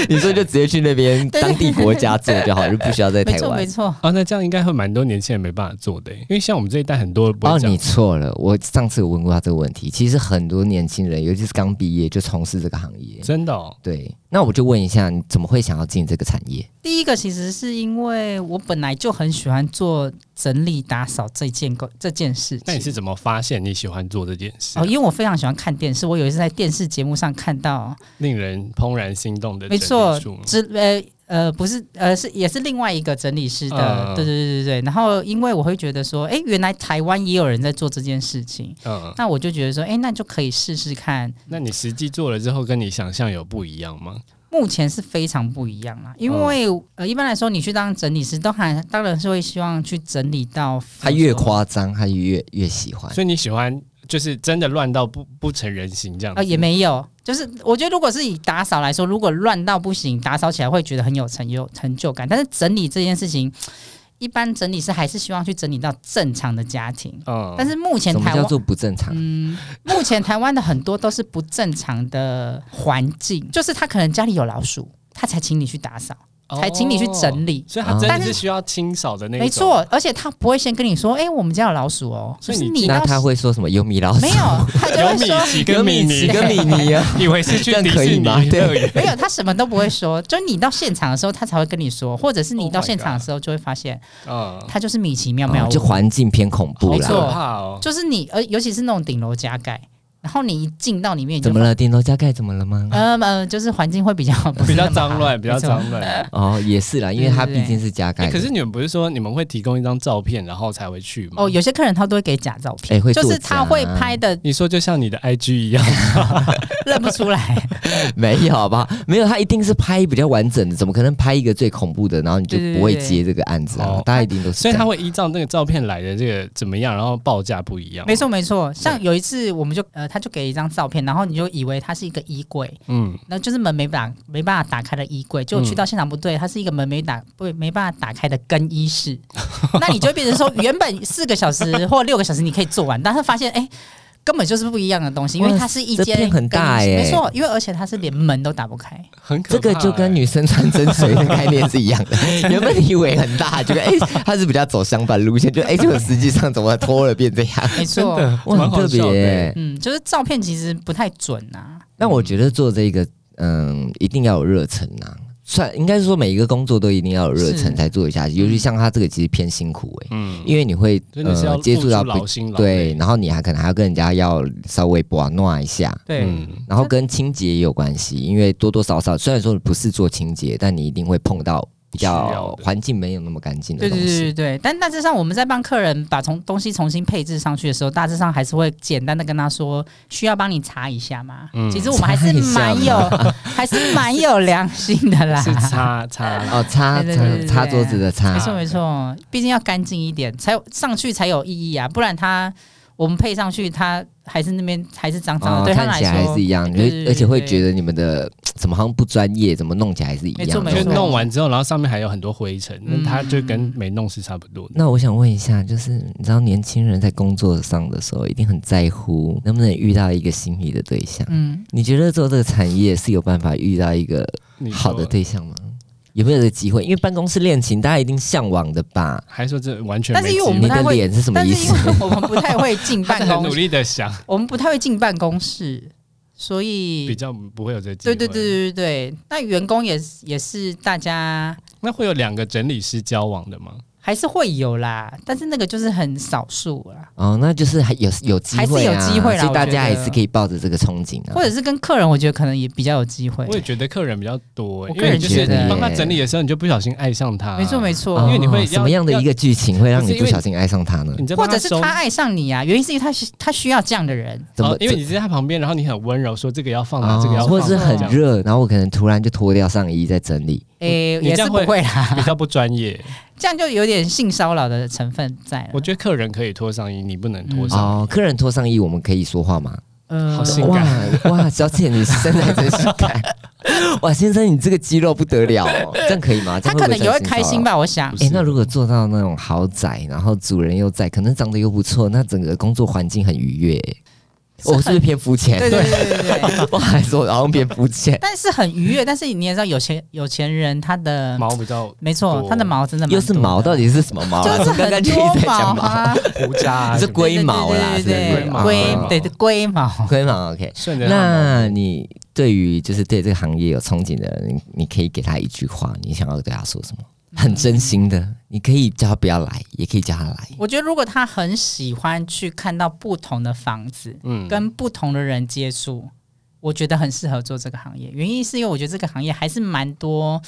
Speaker 2: 你说就直接去那
Speaker 3: <laughs>
Speaker 2: 边当地国家做就好，就不需要在
Speaker 3: 没
Speaker 2: 台
Speaker 3: 错，没
Speaker 2: 湾。
Speaker 3: 错。
Speaker 1: 哦，那这样应该会蛮多年轻人没办法做的欸、因为像我们这一代很多不
Speaker 2: 哦，
Speaker 1: 会讲
Speaker 2: 你错了，我上次有问过他这个问题。其实很多年轻人，尤其是刚毕业就从事这个行业。
Speaker 1: 真的哦，
Speaker 2: 对，那我就问一下，你怎么会想要进这个产业？
Speaker 3: 第一个其实是因为我本来就很喜欢做整理打扫这件工这件事
Speaker 1: 那你
Speaker 3: 情。
Speaker 1: 是怎么发现你喜欢做这件事啊、
Speaker 3: 哦，因为我非常喜欢看电视，我有一次在电视节目上看到，
Speaker 1: 令人怦然心动的
Speaker 3: 没
Speaker 1: 整
Speaker 3: 错
Speaker 1: 理术吗，
Speaker 3: 之呃呃不是呃是也是另外一个整理师的，
Speaker 1: 嗯
Speaker 3: 对对对对对。然后因为我会觉得说，哎，原来台湾也有人在做这件事情，
Speaker 1: 嗯，
Speaker 3: 那我就觉得说，哎，那就可以试试看。
Speaker 1: 那你实际做了之后，跟你想象有不一样吗？
Speaker 3: 目前是非常不一样啦，
Speaker 1: 嗯
Speaker 3: 因为、呃，一般来说，你去当整理师，都还当然是会希望去整理到
Speaker 2: 他越夸张，他越越喜
Speaker 3: 哎
Speaker 2: 欢。
Speaker 1: 所以你喜欢就是真的乱到不不成人形这样
Speaker 3: 啊、
Speaker 1: 子？
Speaker 3: 也没有，就是我觉得如果是以打扫来说，如果乱到不行，打扫起来会觉得很有成有成就感，但是整理这件事情，一般整理师还是希望去整理到正常的家庭，
Speaker 1: 嗯，
Speaker 3: 但是目前
Speaker 2: 什么
Speaker 3: 台
Speaker 2: 叫
Speaker 3: 湾
Speaker 2: 做不正常？
Speaker 3: 目前台湾的很多都是不正常的环境，就是他可能家里有老鼠，他才请你去打扫，
Speaker 1: 哦
Speaker 3: 才请你去
Speaker 1: 理。
Speaker 3: 整理。哦
Speaker 1: 所以他真
Speaker 3: 但
Speaker 1: 的
Speaker 3: 是
Speaker 1: 是需要清扫的那一种
Speaker 3: 哦没错，，而且他不会先跟你说，哎、我们家有老鼠哦，
Speaker 1: 所以
Speaker 3: 就是
Speaker 1: 你
Speaker 3: 你
Speaker 2: 那
Speaker 3: 要
Speaker 2: 他会说什么？有米老鼠
Speaker 3: 没？ <laughs> 有，他就
Speaker 1: 有
Speaker 3: 会
Speaker 1: 米
Speaker 3: 说
Speaker 1: 奇跟米妮，
Speaker 2: 奇跟 <laughs> 米妮啊！
Speaker 1: 以为是 <laughs> 去
Speaker 2: 这样
Speaker 1: 迪
Speaker 2: 可以
Speaker 1: 士尼
Speaker 2: 吗对
Speaker 1: 乐园，
Speaker 3: 没有，他什么都不会说，就你到现场的时候，他才会跟你说，或者是你
Speaker 1: Oh
Speaker 3: 到
Speaker 1: my
Speaker 3: 现场的
Speaker 1: God
Speaker 3: 时候就会发现，
Speaker 1: 嗯，
Speaker 3: 他就是米奇妙妙
Speaker 2: 哦
Speaker 3: 屋，
Speaker 2: 就环境偏恐怖
Speaker 1: 好
Speaker 3: 没
Speaker 2: 啦
Speaker 3: 错。
Speaker 1: 可怕哦。
Speaker 3: 就是你，呃，尤其是那种顶楼加盖，然后你一进到里面你就
Speaker 2: 怎么了？顶楼加盖怎么了吗？
Speaker 3: 呃呃，就是环境会比较不是
Speaker 1: 比较
Speaker 3: 那么
Speaker 1: 脏
Speaker 3: 好
Speaker 1: 乱，比较。
Speaker 3: 没错
Speaker 1: 脏乱。
Speaker 2: 哦，也是啦，因为它毕竟是加盖
Speaker 1: 哎，
Speaker 2: 的。
Speaker 1: 可是你们不是说你们会提供一张照片，然后才会去吗？
Speaker 3: 哦，有些客人他都会给假照片，
Speaker 2: 哎会
Speaker 3: 就是
Speaker 2: 作
Speaker 3: 他
Speaker 2: 假
Speaker 3: 会拍的
Speaker 1: 你说就像你的 IG 一样，
Speaker 3: 认不
Speaker 2: <laughs>
Speaker 3: 出来，
Speaker 2: 没有好不好？没有，他一定是拍比较完整的，怎么可能拍一个最恐怖的，然后你就
Speaker 3: 对对
Speaker 2: 不会
Speaker 3: 对
Speaker 2: 接这个案子啊
Speaker 1: 哦？
Speaker 2: 大家一定都是这
Speaker 1: 所以
Speaker 2: 样。
Speaker 1: 他会依照那个照片来的这个怎么样，然后报价不一样。
Speaker 3: 没，错没错。像有一次我们就呃，他就给一张照片，然后你就以为它是一个衣柜，
Speaker 1: 嗯，
Speaker 3: 然后就是门没打没办法打开的衣柜，就去到现场不对，它是一个门没打不没办法打开的更
Speaker 2: <laughs>
Speaker 3: 衣室，那你就会变成说原本四个小时或六个小时你可以做完，但是发现哎。根本就是不一样的东西，因为
Speaker 2: 哇
Speaker 3: 它是一
Speaker 2: 这
Speaker 3: 间
Speaker 2: 变很大
Speaker 3: 更衣室
Speaker 2: 欸
Speaker 3: 没错，因为而且它是连门都打不开，
Speaker 1: 很可
Speaker 2: 这
Speaker 1: 怕欸。
Speaker 2: 个就跟女生穿真水的概念是一
Speaker 1: <laughs>
Speaker 2: 样的。原本你以为很大，结果哎，它是比较走相反路线，就哎，结果实际上怎么脱了变这样？
Speaker 3: 没错，
Speaker 2: 哇，
Speaker 1: 哎蛮
Speaker 2: 很
Speaker 1: 好
Speaker 2: 特别
Speaker 1: 笑的欸
Speaker 2: 耶。
Speaker 3: 嗯，就是照片其实不太准啊，
Speaker 2: 那我觉得做这个，嗯，一定要有热忱呐、算应该是说每一个工作都一定要有热忱
Speaker 3: 是
Speaker 2: 才做得下去，尤其像他这个其实偏辛苦哎、
Speaker 1: 嗯，
Speaker 2: 因为你会
Speaker 1: 真的是要
Speaker 2: 呃接触到
Speaker 1: 付出
Speaker 2: 不
Speaker 1: 劳心劳
Speaker 2: 对，
Speaker 1: 力。
Speaker 2: 然后你还可能还要跟人家要稍微把弄一下，
Speaker 3: 对，
Speaker 1: 嗯，
Speaker 2: 然后跟清洁也有关系，因为多多少少虽然说不是做清洁，但你一定会碰到比
Speaker 1: 需要
Speaker 2: 较
Speaker 1: 的
Speaker 2: 环境没有那么干净的
Speaker 3: 对
Speaker 2: 东
Speaker 3: 对对
Speaker 2: 西。
Speaker 3: 对对，但大致上我们在帮客人把从东西重新配置上去的时候，大致上还是会简单的跟他说，需要帮你查一下吗？
Speaker 1: 嗯
Speaker 3: 其实我们还是蛮有，还是蛮有良心的啦。
Speaker 1: 嗯是擦擦
Speaker 2: <laughs>
Speaker 1: 啦，
Speaker 2: 哦，擦
Speaker 3: 对对对对
Speaker 2: 擦擦桌子的
Speaker 3: 没
Speaker 2: 擦，
Speaker 3: 错没错，毕竟要干净一点，才有上去才有意义啊，不然他我们配上去，他还是那边还是脏脏的，
Speaker 2: 哦，
Speaker 3: 对他
Speaker 2: 看
Speaker 3: 来
Speaker 2: 起来还
Speaker 3: 说
Speaker 2: 是一样，
Speaker 3: 对对
Speaker 2: 你
Speaker 3: 对
Speaker 2: 会而且会
Speaker 3: 对
Speaker 2: 觉得你们的怎么好像不专业，怎么弄起来还是一
Speaker 3: 没错
Speaker 2: 样
Speaker 3: 没
Speaker 2: 的。哦
Speaker 3: 错
Speaker 1: 就弄完之后，然后上面还有很多灰尘，
Speaker 3: 嗯
Speaker 1: 那它就跟没弄是差不多的。
Speaker 2: 那我想问一下，就是你知道年轻人在工作上的时候，一定很在乎能不能遇到一个心仪的对象。
Speaker 3: 嗯，
Speaker 2: 你觉得做这个产业是有办法遇到一个
Speaker 1: 你说
Speaker 2: 好的，对象吗？有没有这个机会？因为办公室恋情，大家一定向往的吧？
Speaker 1: 还说这完全没
Speaker 3: 但
Speaker 1: 机会。
Speaker 3: 是因为我们
Speaker 2: 你
Speaker 3: 不太
Speaker 2: 的
Speaker 3: 会
Speaker 2: 脸是什么
Speaker 3: 但
Speaker 2: 意
Speaker 3: 是因
Speaker 2: 思？
Speaker 3: 为我们不太会进
Speaker 1: 他
Speaker 3: 办
Speaker 1: 是很
Speaker 3: 公
Speaker 1: 努
Speaker 3: 室，
Speaker 1: 力的想，
Speaker 3: 我们不太会进办公室，所
Speaker 1: 比
Speaker 3: 以
Speaker 1: 较不会有这个机会。
Speaker 3: 对嗯对对对对，那员工也是也是大家
Speaker 1: 那会有两个整理师交往的吗？
Speaker 3: 还是会有啦，但是那个就是很少数啦，
Speaker 2: 哦，那就是还有有机
Speaker 3: 还是
Speaker 2: 会啊，
Speaker 3: 有机会啦
Speaker 2: 所以大
Speaker 3: 我觉
Speaker 2: 家还
Speaker 3: 得
Speaker 2: 是可以抱着这个憧憬啊。
Speaker 3: 或者是跟客人，我觉得可能也比较有机会
Speaker 1: 我。也觉得客人比较多、
Speaker 3: 我
Speaker 1: 欸，
Speaker 3: 个
Speaker 1: 因
Speaker 3: 人
Speaker 1: 为你就是
Speaker 2: 觉得
Speaker 1: 你帮他整理的时候，你就不小心爱上他。
Speaker 3: 没错没错，
Speaker 1: 因为你会
Speaker 2: 哦
Speaker 1: 要
Speaker 2: 什么样的一个剧情会让你不小心爱上他呢？
Speaker 1: 你在
Speaker 3: 或
Speaker 1: 帮他
Speaker 3: 者是
Speaker 1: 收
Speaker 3: 他，爱上你啊，原因是因为他需他需要这样的人，
Speaker 2: 怎么
Speaker 1: 哦？因为你在他旁边，然后你很温柔，说这个要放哪，
Speaker 2: 哦
Speaker 1: 这个要放
Speaker 2: 或
Speaker 1: 哪，
Speaker 2: 者是很
Speaker 1: 这样
Speaker 2: 热，然后我可能突然就脱掉上衣在整理，
Speaker 3: 诶、
Speaker 1: 你
Speaker 3: 也
Speaker 1: 这
Speaker 3: 是
Speaker 1: 样
Speaker 3: 不
Speaker 1: 会
Speaker 3: 会啦，
Speaker 1: 比较不专业。
Speaker 3: 这样就有点性骚扰的成分在了
Speaker 1: 我。觉得客人可以脱上衣，你不能脱上衣。
Speaker 2: 哦，客人脱上衣，我们可以说话吗？
Speaker 3: 嗯
Speaker 1: 好性感
Speaker 2: 哇哇，小姐你身材真性感，
Speaker 1: <laughs>
Speaker 2: 哇先生你这个肌肉不得了哦，这样可以吗？这
Speaker 3: 他
Speaker 2: 样
Speaker 3: 可
Speaker 2: 不
Speaker 3: 能也会开心
Speaker 2: 吧。
Speaker 3: 吧，我想
Speaker 1: 不。
Speaker 2: 哎、
Speaker 1: 是
Speaker 2: 那如果做到那种豪宅，然后主人又在，可能长得又不错，那整个工作环境很愉悦、我、是不是偏肤浅？
Speaker 3: 对对对对对。
Speaker 2: 我还说好像偏肤浅。
Speaker 3: <laughs> 但是很愉悦。但是你也知道，有钱有钱人他的
Speaker 1: 毛比较
Speaker 3: 没错，
Speaker 1: 多
Speaker 3: 他的毛真的
Speaker 2: <laughs>
Speaker 3: 蛮
Speaker 2: 又是
Speaker 3: 多的
Speaker 2: 毛，到底是什么毛、啊？
Speaker 3: 就是
Speaker 2: 我刚刚
Speaker 3: 很
Speaker 2: 就一直
Speaker 3: 多
Speaker 2: 在
Speaker 3: 毛
Speaker 2: 讲毛，
Speaker 3: 啊，
Speaker 1: 胡渣、啊什
Speaker 2: 你
Speaker 1: 么
Speaker 2: 是
Speaker 1: 的，
Speaker 2: 龟毛啦，
Speaker 3: 对
Speaker 2: 是不是
Speaker 3: 对对
Speaker 1: 龟毛
Speaker 3: 龟
Speaker 1: 毛
Speaker 3: 对对龟毛。
Speaker 2: 龟毛 OK。
Speaker 1: 顺着他的啊毛
Speaker 2: 那你对于就是对这个行业有憧憬的人，你你可以给他一句话，你想要对他说什么？很真心的，你可以叫他不要来，也可以叫他来。
Speaker 3: 我觉得如果他很喜欢去看到不同的房子，
Speaker 1: 嗯
Speaker 3: 跟不同的人接触，我觉得很适合做这个行业。原因是因为我觉得这个行业还是蛮多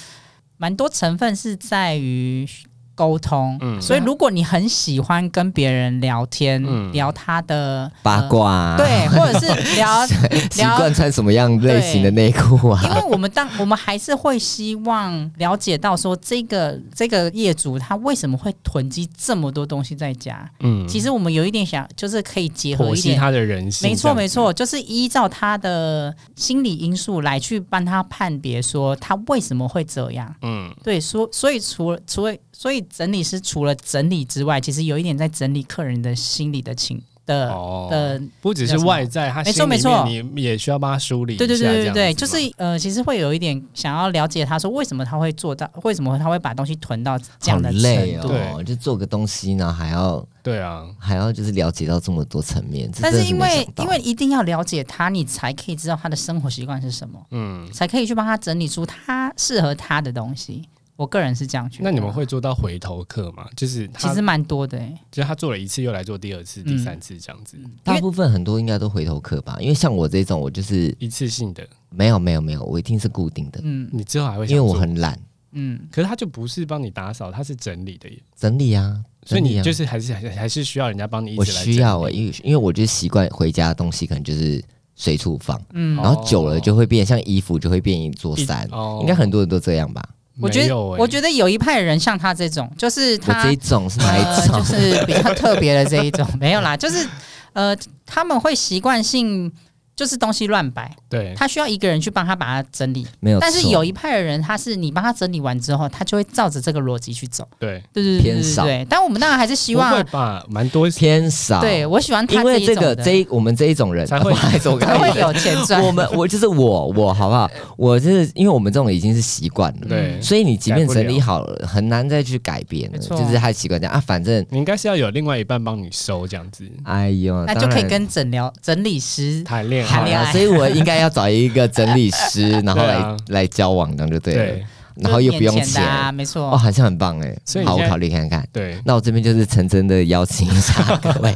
Speaker 3: 蛮多成分是在于。沟通，
Speaker 1: 嗯
Speaker 3: 所以如果你很喜欢跟别人聊天，
Speaker 1: 嗯
Speaker 3: 聊
Speaker 1: <laughs>
Speaker 3: 他的
Speaker 2: 八、卦、啊
Speaker 3: 呃对，或者是聊
Speaker 2: 习
Speaker 3: 聊
Speaker 2: 惯穿什么样类型的内裤
Speaker 3: 因
Speaker 2: 啊？
Speaker 3: 为我们当我们还是会希望了解到说这个这个业主他为什么会囤积这么多东西在家。
Speaker 1: 嗯，
Speaker 3: 其实我们有一点想，就是可以结合
Speaker 1: 剖
Speaker 3: 一
Speaker 1: 析
Speaker 3: 点，
Speaker 1: 他的人性，
Speaker 3: 没错没
Speaker 1: 错。
Speaker 3: 错，就是依照他的心理因素来去帮他判别说他为什么会这样。
Speaker 1: 嗯，
Speaker 3: 对，所所以除了除了所以整理师除了整理之外，其实有一点在整理客人的心理的情的、
Speaker 1: 哦
Speaker 3: 的
Speaker 1: 不只是外在，他
Speaker 3: 没错
Speaker 1: 心里
Speaker 3: 没错
Speaker 1: 面你也需要帮他梳理一下。
Speaker 3: 对对对对
Speaker 1: 这
Speaker 3: 对，
Speaker 1: 样子
Speaker 3: 就
Speaker 1: 嘛
Speaker 3: 是呃，其实会有一点想要了解他说为什么他会做到，为什么他会把东西囤到这
Speaker 2: 好
Speaker 3: 样的程
Speaker 2: 累
Speaker 3: 度。
Speaker 2: 哦，
Speaker 1: 对
Speaker 2: 就做个东西呢，还要
Speaker 1: 对啊，
Speaker 2: 还要就是了解到这么多层面，这
Speaker 3: 但
Speaker 2: 真的
Speaker 3: 是
Speaker 2: 是
Speaker 3: 因
Speaker 2: 没
Speaker 3: 为
Speaker 2: 想到
Speaker 3: 因为一定要了解他，你才可以知道他的生活习惯是什么，
Speaker 1: 嗯，
Speaker 3: 才可以去帮他整理出他适合他的东西。我个人是这样觉得。
Speaker 1: 那你们会做到回头客吗？就是
Speaker 3: 其
Speaker 1: 他，
Speaker 3: 实嗯蛮多的、欸，
Speaker 1: 就是他做了一次，又来做第二次、第三次这样子，
Speaker 3: 嗯
Speaker 2: 大部分很多应该都回头客吧，因为像我这种，我就是
Speaker 1: 一次性的。
Speaker 2: 没有没有没有，我一定是固定的，
Speaker 3: 嗯
Speaker 1: 你之后还会
Speaker 2: 因
Speaker 1: 想
Speaker 2: 为我
Speaker 1: 做
Speaker 2: 很懒，
Speaker 3: 嗯，
Speaker 1: 可是他就不是帮你打扫，他是整理的耶，
Speaker 2: 整理啊，
Speaker 1: 所以
Speaker 2: 整理
Speaker 1: 你
Speaker 2: 啊
Speaker 1: 就是还是还是还是需要人家帮你一
Speaker 2: 我
Speaker 1: 直来整
Speaker 2: 需
Speaker 1: 理。
Speaker 2: 要哎、因为因为我就习惯回家的东西可能就是随处放，
Speaker 3: 嗯
Speaker 2: 然后久了就会变，像衣服就会变一座山，
Speaker 1: 哦
Speaker 2: 应该很多人都这样吧？
Speaker 3: 我觉
Speaker 1: 没
Speaker 3: 得
Speaker 1: 有欸
Speaker 3: 我觉得有一派人像他这种，就是
Speaker 2: 我
Speaker 3: 他
Speaker 2: 这一种是哪
Speaker 3: 呃
Speaker 2: 一种？
Speaker 3: <laughs> 就是比较特别的这一种， <laughs> 没有啦，就是呃，他们会习惯性就是东西乱摆，
Speaker 1: 对
Speaker 3: 他需要一个人去帮他把它整理。
Speaker 2: 没有错，
Speaker 3: 但是有一派的人，他是你帮他整理完之后，他就会照着这个逻辑去走。
Speaker 1: 对，
Speaker 3: 对对对对
Speaker 2: 偏
Speaker 3: 对
Speaker 2: 少
Speaker 3: 对。但我们当然还是希
Speaker 1: 不会
Speaker 3: 望，
Speaker 1: 吧，蛮多
Speaker 2: 偏少，
Speaker 3: 对我喜欢他
Speaker 2: 因为这
Speaker 3: 一种
Speaker 2: 个
Speaker 3: 的，
Speaker 2: 这一我们这一种人
Speaker 1: 才会
Speaker 2: 不好意思我刚
Speaker 3: 才
Speaker 2: 才
Speaker 3: 会
Speaker 2: 一直
Speaker 3: 有钱赚。
Speaker 2: 我们我就是我我好不好？我就是因为我们这种已经是习惯了，
Speaker 1: 对
Speaker 3: 嗯。
Speaker 2: 所以你即便整理好了，很难再去改变
Speaker 3: 没
Speaker 2: 了，
Speaker 3: 错
Speaker 2: 就是他习惯这样啊，反正
Speaker 1: 你应该是要有另外一半帮你收这样子，
Speaker 2: 哎呦，
Speaker 3: 那就可
Speaker 2: 当
Speaker 3: 以
Speaker 2: 然
Speaker 3: 跟诊疗整理师
Speaker 1: 谈恋
Speaker 2: 好
Speaker 3: 谈恋
Speaker 1: 爱。
Speaker 3: 爱
Speaker 2: 啦，所以我应该要找一个整理
Speaker 3: <laughs>
Speaker 2: 师，然后来、
Speaker 1: 对啊
Speaker 2: 来交往，这样就对了，
Speaker 1: 对
Speaker 2: 然后又不用
Speaker 3: 就是免
Speaker 2: 钱
Speaker 3: 的，啊，没
Speaker 2: 哦，
Speaker 3: 错。
Speaker 2: 好像很棒哎
Speaker 1: 所以，你
Speaker 2: 好，我
Speaker 1: 现在
Speaker 2: 考虑看看。
Speaker 1: 对，
Speaker 2: 那我这边就是诚真的邀请一下各
Speaker 3: <laughs>
Speaker 2: 位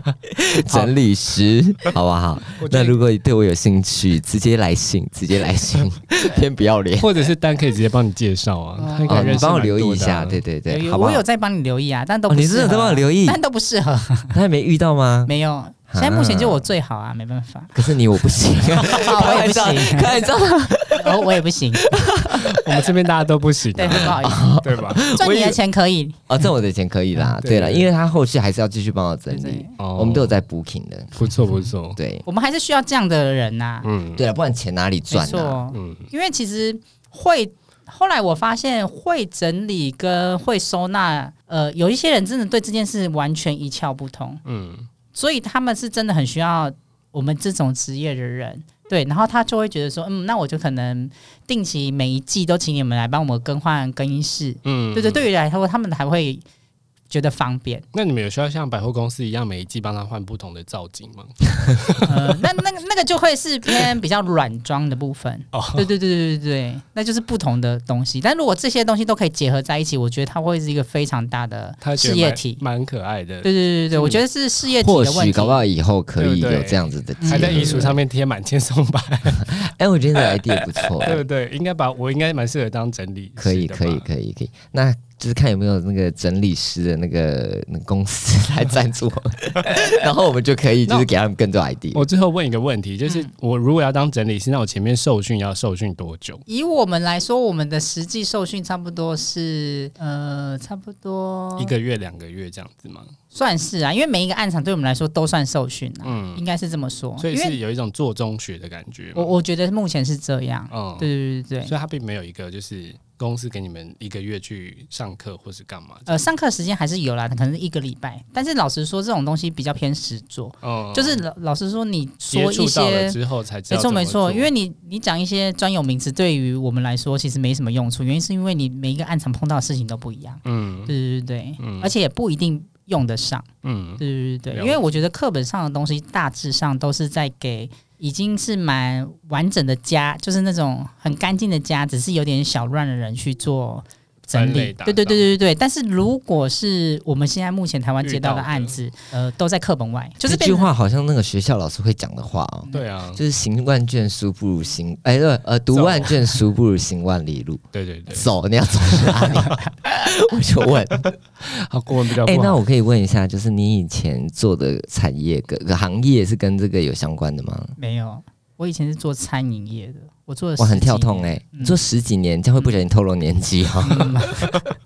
Speaker 2: 整理师，好不好
Speaker 1: 我？觉
Speaker 2: 那
Speaker 1: 得
Speaker 2: 如果你对我有兴趣，直接来信，直接来
Speaker 3: <laughs>
Speaker 2: 信，偏不要脸
Speaker 1: 或者是丹可以直接帮你介绍啊，他应
Speaker 2: 哦，
Speaker 1: 该
Speaker 2: 你
Speaker 1: 认识
Speaker 2: 帮我
Speaker 1: 蛮
Speaker 2: 留意
Speaker 1: 多
Speaker 2: 一
Speaker 1: 的
Speaker 2: 下，
Speaker 1: 啊
Speaker 2: 对对
Speaker 3: 有
Speaker 2: 对，
Speaker 3: 有
Speaker 2: 好不
Speaker 3: 我有
Speaker 2: 好？
Speaker 3: 在帮你留意啊，但都
Speaker 2: 哦，
Speaker 3: 不
Speaker 2: 你
Speaker 3: 适合
Speaker 2: 真的在帮我留意，
Speaker 3: 但都不适合。
Speaker 2: <laughs> 他还没遇到吗？
Speaker 3: 没有，现在目前就我最好啊，没
Speaker 2: <laughs>
Speaker 3: 办法，
Speaker 2: 可是你我不行，
Speaker 3: 啊我也不行，哦
Speaker 2: 开玩笑，
Speaker 3: 我我也不行，
Speaker 1: 我们这边大家都不行
Speaker 3: 对，
Speaker 1: 啊，
Speaker 3: 很不好意思，
Speaker 1: <laughs> 对吧？
Speaker 3: 赚你的钱可以，
Speaker 2: <laughs> 哦，这我的钱可以啦
Speaker 1: 嗯，对
Speaker 2: 对了，
Speaker 1: 对对
Speaker 2: 因为他后续还是要继续帮我整
Speaker 3: 对对嗯
Speaker 2: 理，
Speaker 1: 哦
Speaker 2: <laughs> 我们都有在 booking 的，
Speaker 1: 不错不错，
Speaker 2: 对
Speaker 3: 我们还是需要这样的人呐、
Speaker 1: 嗯
Speaker 2: 对了，不然钱哪里
Speaker 3: 没
Speaker 2: 赚啊？
Speaker 3: 错，
Speaker 1: 嗯，
Speaker 3: 因为其实会。后来我发现，会整理跟会收纳，呃，有一些人真的对这件事完全一窍不通，
Speaker 1: 嗯，
Speaker 3: 所以他们是真的很需要我们这种职业的人，对，然后他就会觉得说，嗯，那我就可能定期每一季都请你们来帮我们更换更衣室，
Speaker 1: 嗯，
Speaker 3: 对对，对于来说，他们还会觉得方便。
Speaker 1: 那你们有需要像百货公司一样，每一季帮他换不同的造景吗？
Speaker 3: 呃，那那个那个就会是偏比较软装的部分。
Speaker 1: <laughs> 哦
Speaker 3: 对对对对对对，那就是不同的东西。但如果这些东西都可以结合在一起，我觉得它会是一个非常大的
Speaker 1: 他觉
Speaker 3: 事
Speaker 1: 得
Speaker 3: 业
Speaker 1: 蛮
Speaker 3: 体。
Speaker 1: 蛮可爱的，
Speaker 3: 对对对对对，我觉得是事业体
Speaker 2: 或
Speaker 3: 的问
Speaker 2: 许搞不
Speaker 3: 题。
Speaker 2: 好以后可
Speaker 1: 对
Speaker 2: 以
Speaker 1: 不对
Speaker 2: 有这样子的结合，
Speaker 1: 还在艺术上面贴满千松吧，
Speaker 2: 哎，我觉得这 idea 不错，
Speaker 1: <laughs> 对不对？应该把我应该蛮适合当整理
Speaker 2: 可以
Speaker 1: 师的吧
Speaker 2: 可以可以可以，那就是看有没有那个整理师的那个那个公司 <laughs> 来赞助我们， <laughs> 然后我们就可以就是给他们更多 idea。
Speaker 1: 我最后问一个问题，就是我如果要当整理师，那我前面受训要受训多久？
Speaker 3: 以我们来说，我们的实际受训差不多是呃，差不多
Speaker 1: 一个月、两个月这样子吗？
Speaker 3: 算是啊，因为每一个案场对我们来说都算受训啊，应该是这么说。
Speaker 1: 嗯所以
Speaker 3: 因为
Speaker 1: 是有一种做中学的感觉吗。
Speaker 3: 我我觉得目前是这样。
Speaker 1: 嗯
Speaker 3: 对对对对对
Speaker 1: 所以他并没有一个就是公司给你们一个月去上课或是干嘛。
Speaker 3: 呃，上课时间还是有啦，可能是一个礼拜。但是老实说，这种东西比较偏实做，
Speaker 1: 哦，
Speaker 3: 就是老老实说，你
Speaker 1: 接
Speaker 3: 说一
Speaker 1: 触到了
Speaker 3: 些。
Speaker 1: 之后才知
Speaker 3: 没
Speaker 1: 道
Speaker 3: 错
Speaker 1: 怎么
Speaker 3: 没
Speaker 1: 做。
Speaker 3: 错，因为你你讲一些专有名词，对于我们来说其实没什么用处，原因是因为你每一个暗场碰到的事情都不一样，
Speaker 1: 嗯
Speaker 3: 对对对对，
Speaker 1: 嗯
Speaker 3: 而且也不一定用得上，
Speaker 1: 嗯
Speaker 3: 对对对
Speaker 1: 了
Speaker 3: 对，
Speaker 1: 解
Speaker 3: 因为我觉得课本上的东西大致上都是在给已经是蛮完整的家，就是那种很干净的家，只是有点小乱的人去做整
Speaker 1: 分类
Speaker 3: 理。
Speaker 1: 打
Speaker 3: 对对对
Speaker 1: 造
Speaker 3: 对对对。但是如果是我们现在目前台湾
Speaker 1: 遇
Speaker 3: 接到的
Speaker 1: 到的
Speaker 3: 案子，呃，都在课本外，就是
Speaker 2: 这
Speaker 3: 变
Speaker 2: 句
Speaker 3: 成嗯
Speaker 2: 话好像那个学校老师会讲的话哦，
Speaker 1: 对啊，
Speaker 2: 就是行万卷书不如行，哎，对，呃，读
Speaker 1: 走
Speaker 2: 万卷书不如行万里路。
Speaker 1: 对对对，
Speaker 2: <laughs> 走，你要走去哪
Speaker 3: <laughs>
Speaker 2: 里？我就问，
Speaker 1: <laughs> 好，国文比较
Speaker 2: 哎、
Speaker 1: 不
Speaker 2: 那
Speaker 1: 好。
Speaker 2: 我可以问一下，就是你以前做的产业各个行业是跟这个有相关的吗？
Speaker 3: 没有。我以前是做餐饮业的，我做了
Speaker 2: 哇，很
Speaker 3: 10几
Speaker 2: 跳痛哎、
Speaker 3: 年嗯
Speaker 2: 你做十几年，这样会不小心透露年纪哦， <laughs>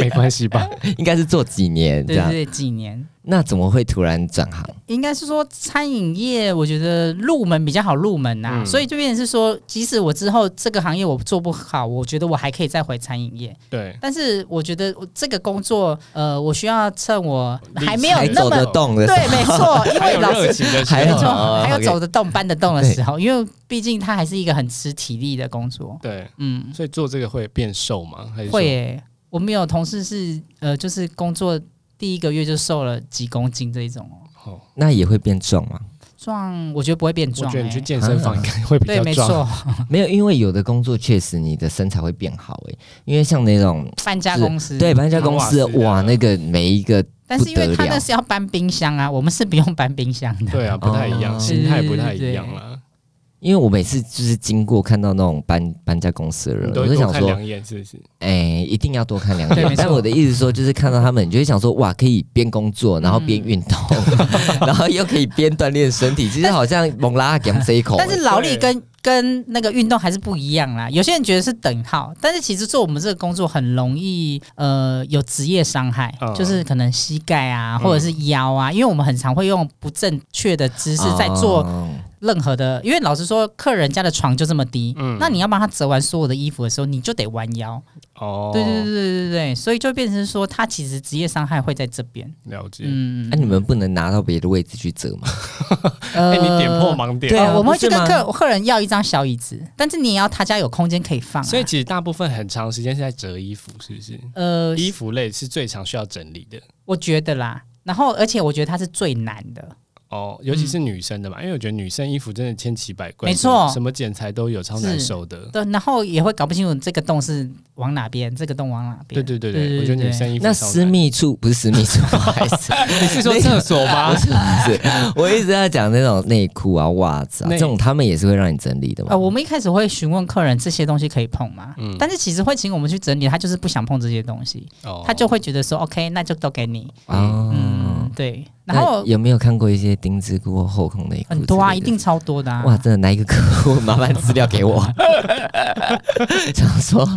Speaker 1: 没关系吧？
Speaker 2: 应该是做几年这
Speaker 3: 嗯对
Speaker 2: 样，
Speaker 3: 对对，几年。
Speaker 2: 那怎么会突然转行？
Speaker 3: 应该是说餐饮业，我觉得入门比较好入门呐、
Speaker 1: 嗯
Speaker 3: 所以就变成是说，即使我之后这个行业我做不好，我觉得我还可以再回餐饮业。
Speaker 1: <laughs> 对，
Speaker 3: 但是我觉得我这个工作，呃，我需要趁我还没有
Speaker 1: 还
Speaker 2: 还
Speaker 3: 那
Speaker 2: 走得
Speaker 3: 么
Speaker 2: 动的
Speaker 3: 对
Speaker 2: 时候，，
Speaker 3: 没错，因
Speaker 1: 还
Speaker 3: 为
Speaker 1: 有
Speaker 3: 哎老
Speaker 1: 热
Speaker 3: 师
Speaker 1: 情的时
Speaker 2: 还
Speaker 3: 没
Speaker 2: 有
Speaker 1: 候，
Speaker 3: 错，
Speaker 2: 哦
Speaker 3: 还有
Speaker 2: OK
Speaker 3: 走得动、搬得动的时候，因为毕竟它还是一个很吃体力的工作。
Speaker 1: 对，
Speaker 3: 嗯，
Speaker 1: 所以做这个会变瘦吗？还是说
Speaker 3: 会、耶。我们有同事是呃，就是工作第一个月就瘦了几公斤这一种哦。
Speaker 1: 哦，
Speaker 2: 那也会变重吗？
Speaker 3: 壮，我觉得不会变
Speaker 1: 我
Speaker 3: 壮、
Speaker 1: 觉得你去
Speaker 3: 欸。
Speaker 1: 健
Speaker 3: <laughs>
Speaker 1: 身房应该会比
Speaker 3: 对，
Speaker 1: 较
Speaker 3: 没
Speaker 1: 壮。
Speaker 3: 错，
Speaker 2: <laughs> 没有，因为有的工作确实你的身材会变好诶、因为像那种
Speaker 3: 搬家公司
Speaker 2: 对，搬家公
Speaker 1: 唐
Speaker 2: 司
Speaker 1: 瓦斯的
Speaker 2: 哇，那个每一个
Speaker 3: 但是因
Speaker 2: 不
Speaker 3: 为
Speaker 2: 得
Speaker 3: 他
Speaker 2: 了
Speaker 3: 那是要搬冰箱啊，我们是不用搬冰箱的。
Speaker 1: 对啊，不太一样，
Speaker 2: 哦
Speaker 1: 心态不太一样啦。
Speaker 2: 因为我每次就是经过看到那种搬搬家公司的人
Speaker 1: 你，都
Speaker 2: 我
Speaker 1: 会
Speaker 2: 就
Speaker 1: 多
Speaker 2: 想
Speaker 1: 看
Speaker 2: 说，
Speaker 1: 两眼，是不是？
Speaker 2: 哎、一定要多看
Speaker 1: <laughs>
Speaker 2: 两
Speaker 3: 对
Speaker 2: 眼
Speaker 3: 没。错
Speaker 2: 但我的意思说，就是看到他们，你就会想说，哇，可以边工作，然后边
Speaker 1: <laughs>
Speaker 2: 运动， <laughs> 然后又可以边锻炼身体。其实好像蒙拉给他们这一
Speaker 1: 哦
Speaker 2: 口、
Speaker 3: 但是
Speaker 2: 哎
Speaker 3: 劳力跟跟那个运动还是不一样啦。有些人觉得是等号，但是其实做我们这个工作很容易呃有职业伤害，
Speaker 1: 嗯
Speaker 3: 就是可能膝盖啊
Speaker 1: 嗯
Speaker 3: 或者是腰啊，因为我们很常会用不正确的姿势在做
Speaker 2: 哦
Speaker 3: 任何的。因为老实说，客人家的床就这么低，
Speaker 1: 嗯
Speaker 3: 那你要帮他折完所有的衣服的时候，你就得弯腰。
Speaker 1: 哦，
Speaker 3: 对对对对对对，所以就变成说，他其实职业伤害会在这边。
Speaker 1: 了解。
Speaker 3: 嗯
Speaker 2: 那、，哎你们不能拿到别的位置去折吗？
Speaker 1: 哎，
Speaker 3: 呃
Speaker 1: 你点破盲点
Speaker 2: 对。啊
Speaker 3: 呃我们会去
Speaker 2: 不是
Speaker 3: 跟
Speaker 2: 吗
Speaker 3: 客客人要一张小椅子，但是你也要他家有空间可以放啊、
Speaker 1: 所以其实大部分很长时间是在折衣服，是不是？
Speaker 3: 呃，
Speaker 1: 衣服类是最常需要整理的
Speaker 3: 我觉得啦，然后而且我觉得它是最难的，
Speaker 1: 哦，尤其是女生的嘛，因为我觉得女生衣服真的千奇百怪，
Speaker 3: 嗯没错
Speaker 1: 什么剪裁都有，超难
Speaker 3: 是
Speaker 1: 收的。
Speaker 3: 对，然后也会搞不清楚这个洞是往哪边，这个洞往哪
Speaker 1: 对
Speaker 3: 边。
Speaker 1: 对对
Speaker 3: 对
Speaker 1: 对，
Speaker 3: 对
Speaker 1: 我觉得
Speaker 3: 对
Speaker 1: 女生衣服
Speaker 2: 那
Speaker 1: 超
Speaker 2: 私
Speaker 1: 难
Speaker 2: 密处不是私
Speaker 1: <laughs>
Speaker 2: 密处，不好意思，
Speaker 1: 你是说厕所吗
Speaker 3: <laughs>
Speaker 2: 不？是不是，我一直在讲那种内裤啊、袜子啊
Speaker 1: 内
Speaker 2: 这种，他们也是会让你整理的嘛。
Speaker 3: 呃，我们一开始会询问客人这些东西可以碰吗？
Speaker 1: 嗯
Speaker 3: 但是其实会请我们去整理，他就是不想碰这些东西，
Speaker 1: 哦
Speaker 3: 他就会觉得说 OK，那就都给你。
Speaker 2: 哦
Speaker 3: 嗯，对。
Speaker 2: 那
Speaker 3: 然后
Speaker 2: 有没有看过一些丁字裤或后空内裤之类的？
Speaker 3: 很多啊，一定超多的啊。
Speaker 2: 哇！真的，拿一个客户麻烦资料给
Speaker 3: <laughs>
Speaker 2: 我，想说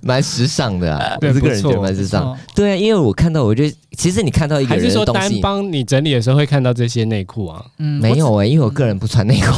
Speaker 2: 蛮时尚的啊，
Speaker 1: 对
Speaker 2: 我是个
Speaker 1: 不
Speaker 2: 人
Speaker 1: 错
Speaker 2: 觉得蛮时
Speaker 3: 没
Speaker 2: 尚
Speaker 3: 错。
Speaker 2: 对啊，因为我看到，我就其实你看到一个
Speaker 1: 还
Speaker 2: 人
Speaker 1: 是说
Speaker 2: 的东
Speaker 1: 单
Speaker 2: 西，
Speaker 1: 帮你整理的时候会看到这些内裤啊？
Speaker 3: 嗯，
Speaker 2: 没
Speaker 3: 我
Speaker 2: 有哎、因为我个人不穿内裤，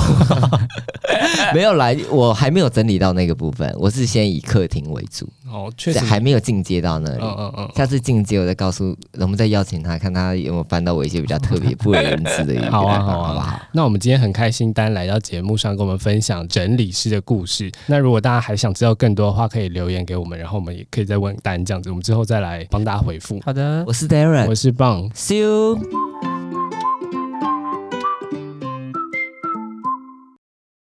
Speaker 3: <laughs>
Speaker 2: 没有来，我还没有整理到那个部分，我是先以客厅为主，
Speaker 1: 哦，确实，
Speaker 2: 还没有进阶到那里。
Speaker 1: 嗯嗯嗯，
Speaker 2: 下次进阶，我再告诉，我们再邀请他，看他有没有翻到我一些比较特别、不为人知的一个
Speaker 1: 好啊
Speaker 2: 地方
Speaker 1: 好啊
Speaker 2: 好不好？
Speaker 1: 那我们今天很开心，丹来到节目上跟我们分享整理师的故事。那如果大家还想知道更多的话，可以留言给我们，然后我们也可以再问丹这样子，我们之后再来帮大家回复。
Speaker 3: 好的，
Speaker 2: 我是 Darren，
Speaker 1: 我是棒。
Speaker 2: See you。